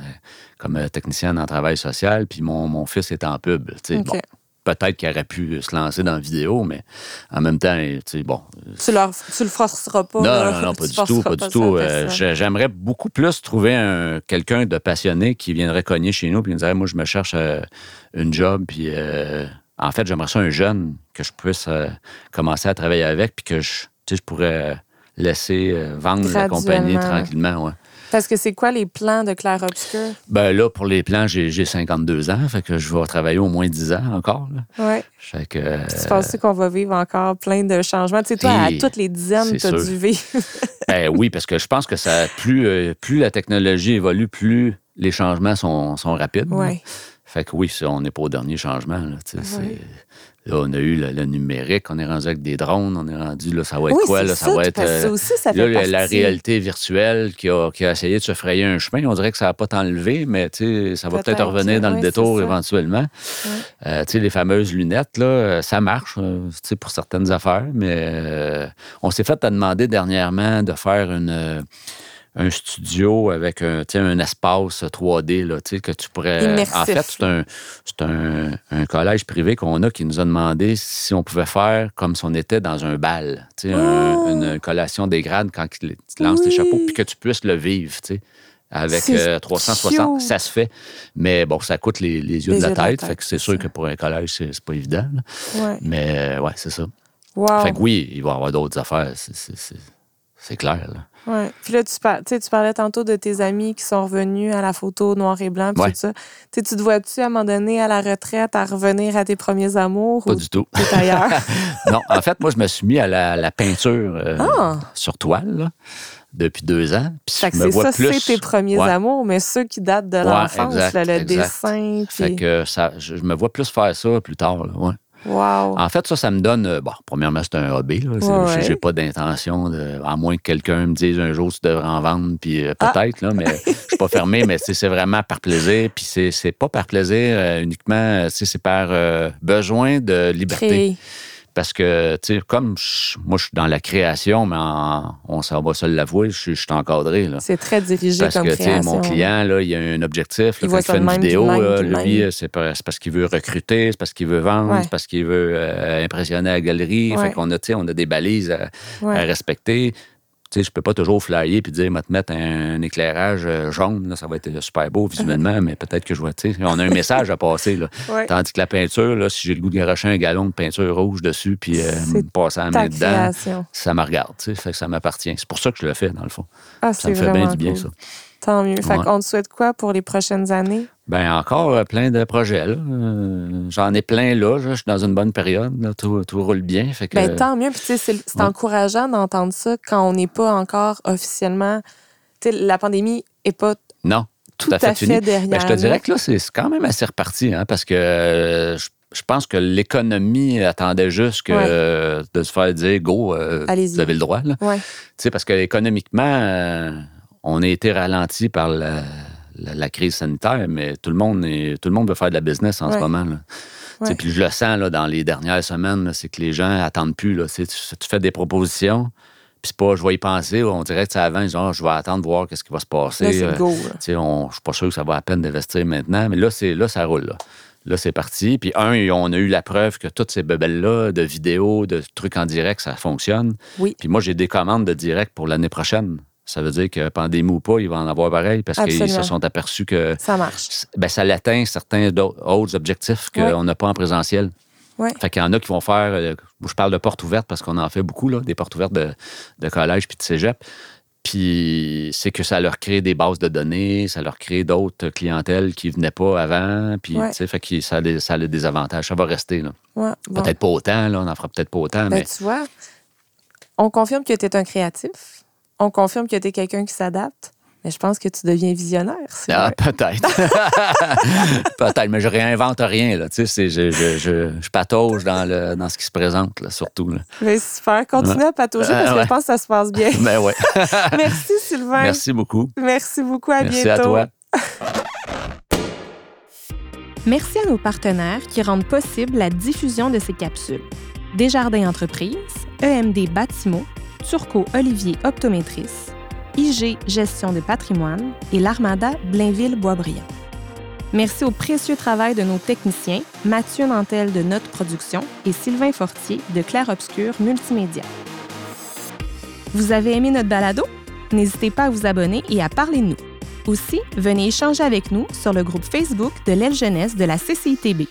B: comme euh, technicienne en travail social, puis mon, mon fils est en pub, tu sais.
C: Ok.
B: Bon, Peut-être qu'il aurait pu se lancer dans la vidéo, mais en même temps, tu sais, bon,
C: Tu, leur, tu le forceras pas. là.
B: non,
C: (laughs)
B: non, non,
C: Tu
B: pas du tout,
C: forceras
B: pas du
C: ça à
B: tout. Euh,
C: personne.
B: j'ai- J'aimerais beaucoup plus trouver un- quelqu'un de passionné qui viendrait cogner chez nous puis nous dirait, moi, je me cherche euh, une job, puis euh, en fait, j'aimerais ça un jeune que je puisse euh, commencer à travailler avec, puis que je, tu sais, je pourrais euh, laisser euh, vendre la compagnie
C: Graduellement.
B: tranquillement. ouais.
C: Parce que c'est quoi les plans de Claire Obscur?
B: Ben là, pour les plans, j'ai j'ai 52 ans, fait que je vais travailler au moins 10 ans encore. là.
C: Ouais.
B: Fait que, euh,
C: Tu penses qu'on va vivre encore plein de changements? Tu sais, toi, à
B: Si.
C: toutes les dizaines,
B: C'est
C: t'as
B: sûr.
C: dû vivre.
B: Ben oui, parce que je pense que ça plus, euh, plus la technologie évolue, plus les changements sont, sont rapides.
C: Ouais.
B: Fait que oui, ça, on n'est pas au dernier changement. Là, tu sais, c'est- là, on a eu le, le numérique, on est rendu avec des drones, on est rendu, là, ça va être
C: oui,
B: quoi?
C: c'est
B: Là,
C: ça,
B: ça va
C: tu-
B: être
C: parce que
B: euh,
C: ça aussi, ça
B: là,
C: fait
B: la,
C: partie.
B: la réalité virtuelle qui a, qui a essayé de se frayer un chemin. On dirait que ça n'a pas tant levé, mais tu sais, ça va peut-être
C: Peut-être,
B: revenir dans
C: ouais,
B: le détour
C: c'est ça.
B: éventuellement.
C: Ouais.
B: Euh, tu sais, les fameuses lunettes, là, euh, ça marche euh, tu sais, pour certaines affaires, mais euh, on s'est fait à demander dernièrement de faire une, euh, un studio avec un, tu sais, un espace 3D là, tu sais, que tu pourrais.
C: Immersif.
B: En fait, c'est un, c'est un, un collège privé qu'on a qui nous a demandé si on pouvait faire comme si on était dans un bal, tu sais, un-
C: Ah!
B: une collation des grades quand ils te lancent tes
C: Oui.
B: chapeaux, puis que tu puisses le vivre. tu sais, Avec
C: C'est
B: euh, 360,
C: cute.
B: ça se fait. Mais bon, ça coûte les, les yeux de la tête. fait que c'est sûr
C: ça.
B: que pour un collège, c'est c'est pas évident. là.
C: Ouais.
B: Mais euh, ouais, Oh. c'est ça.
C: Wow.
B: Fait que oui, il va y avoir d'autres affaires. c'est- c'est- C'est c'est clair. là.
C: Ouais. Puis là, tu, par- tu sais, tu parlais tantôt de tes amis qui sont revenus à la photo noir et blanc. Puis
B: Ouais.
C: tout ça. Tu sais, tu te vois-tu à un moment donné à la retraite à revenir à tes premiers amours
B: Pas
C: ou
B: du tout.
C: tout ailleurs?
B: non, en fait, moi, je me suis mis à la, la peinture euh,
C: Ah!
B: sur toile là, depuis deux ans. Puis
C: Fait que
B: je me
C: c'est
B: vois
C: ça,
B: plus.
C: c'est tes premiers
B: Ouais.
C: amours, mais ceux qui datent de l'enfance,
B: exact,
C: là, le
B: exact.
C: dessin.
B: Fait
C: Puis...
B: que ça, je je me vois plus faire ça plus tard. là, ouais.
C: Wow.
B: En fait, ça, ça me donne. euh, Bon, premièrement, c'est un hobby. là. C'est-
C: Ouais,
B: j'ai-
C: ouais.
B: J'ai pas d'intention, de- à moins que quelqu'un me dise un jour tu devrais en vendre, puis euh,
C: Ah!
B: peut-être, là, mais je suis pas fermé, mais tu sais, c'est vraiment par plaisir. Puis c'est c'est pas par plaisir euh, uniquement, euh, tu sais, c'est par euh, besoin de liberté.
C: Créé.
B: Parce que, tu sais, comme je- moi, je suis dans la création, mais en- on s'en va se l'avouer, je, suis- je suis encadré. Là.
C: C'est très dirigé
B: Parce
C: comme
B: que, tu sais,
C: création.
B: mon client, là, il a un objectif.
C: Il
B: Là,
C: voit
B: quand il
C: ça
B: fait
C: de
B: une
C: même,
B: vidéo,
C: de même,
B: là,
C: de
B: lui,
C: même.
B: euh, c'est par- c'est parce qu'il veut recruter, c'est parce qu'il veut vendre,
C: Ouais.
B: c'est parce qu'il veut euh, impressionner la galerie.
C: Ouais.
B: Fait qu'on a, tu sais, on a des balises à, à
C: Ouais.
B: respecter. Tu sais, je peux pas toujours flyer puis dire, va te mettre un, éclairage euh, jaune, là, ça va être super
C: (laughs)
B: beau visuellement, mais peut-être que je vois, tu sais, on a un message à passer, là.
C: Ouais.
B: Tandis que la peinture, là, si j'ai le goût de garocher un galon de peinture rouge dessus puis euh,
C: C'est
B: me passer la
C: Ta
B: main dedans,
C: création.
B: ça me regarde, tu sais, fait que ça m'appartient. C'est pour ça que je le fais, dans le fond.
C: Ah,
B: Ça
C: c'est
B: me fait
C: vraiment
B: bien du bien,
C: cool.
B: ça.
C: Tant mieux. Fait
B: Ouais.
C: qu'on te souhaite quoi pour les prochaines années?
B: Ben encore euh, plein de projets. là. Euh, J'en ai plein là. Je je suis dans une bonne période. là. Tout, tout roule bien. Fait que, euh,
C: Ben, tant mieux. Puis, tu sais, c'est c'est
B: ouais.
C: encourageant d'entendre ça quand on n'est pas encore officiellement. Tu sais, la pandémie n'est pas tout,
B: non, tout,
C: à fait,
B: fini.
C: derrière.
B: Ben, je te
C: nous.
B: dirais que là, c'est c'est quand même assez reparti, hein, parce que euh, je, je pense que l'économie attendait juste que,
C: Ouais.
B: euh, de se faire dire go, euh,
C: Allez-y.
B: vous avez le droit. là.
C: Ouais.
B: Tu sais, parce que économiquement, euh, on a été ralenti par la, la- la crise sanitaire, mais tout le monde est, tout le monde veut faire de la business en
C: Ouais.
B: ce moment. là. Tu sais,
C: Ouais.
B: Puis je le sens là, dans les dernières semaines, là, c'est que les gens attendent plus. Là, tu, sais, tu- tu fais des propositions, puis c'est pas je vais y penser, on dirait que ça avance, genre Ah, je vais attendre voir qu'est-ce qui va se
C: Là,
B: passer.
C: c'est
B: Euh,
C: go. là.
B: tu sais, on- Je suis pas sûr que ça vaut la peine d'investir maintenant, mais là, c'est là ça roule. Là, Là, c'est parti. Puis un, on a eu la preuve que toutes ces bebelles-là, de vidéos, de trucs en direct, ça fonctionne.
C: Oui.
B: Puis moi, j'ai des commandes de direct pour l'année prochaine. Ça veut dire que pandémie ou pas, il va en avoir pareil parce qu'ils se
C: Absolument.
B: sont aperçus que
C: Ça marche.
B: ben, ça l'atteint certains d'au- autres objectifs qu'on
C: Ouais.
B: n'a pas en présentiel.
C: Ouais.
B: Fait qu'il y en a qui vont faire, euh, je parle de portes ouvertes parce qu'on en fait beaucoup, là, des portes ouvertes de, de collège puis de cégep. Puis c'est que ça leur crée des bases de données, ça leur crée d'autres clientèles qui venaient pas avant. Puis,
C: Ouais.
B: tu sais, fait que ça a, des, ça a des avantages. Ça va rester, là.
C: Ouais. Bon.
B: Ah, Peut-être pas autant, là, on en fera peut-être pas autant,
C: Ben,
B: mais
C: tu vois, on confirme que tu es un créatif. on confirme que tu es quelqu'un qui s'adapte, mais je pense que tu deviens visionnaire. c'est
B: Ah,
C: vrai.
B: peut-être. peut-être, (laughs) mais je réinvente rien. Là. Tu sais, c'est- je, je, je, je patauge dans, le, dans ce qui se présente, là, surtout.
C: (laughs)
B: Là.
C: Mais super, continue à patauger parce que
B: Ouais.
C: je pense que ça se passe
B: (laughs)
C: bien.
B: Ben ouais.
C: Merci Sylvain. Merci,
B: Merci beaucoup.
C: beaucoup, à
B: Merci
C: bientôt.
B: à toi.
A: Merci à nos partenaires qui rendent possible la diffusion de ces capsules. Desjardins Entreprises, E EMD Bâtiments, Turco Olivier Optométrice, IG Gestion de patrimoine et l'Armada Blainville-Boisbriand. Merci au précieux travail de nos techniciens, Mathieu Nantel de Notre Production et Sylvain Fortier de Claire Obscur Multimédia. Vous avez aimé notre balado? N'hésitez pas à vous abonner et à parler de nous. Aussi, venez échanger avec nous sur le groupe Facebook de l'aile jeunesse de la CCITB.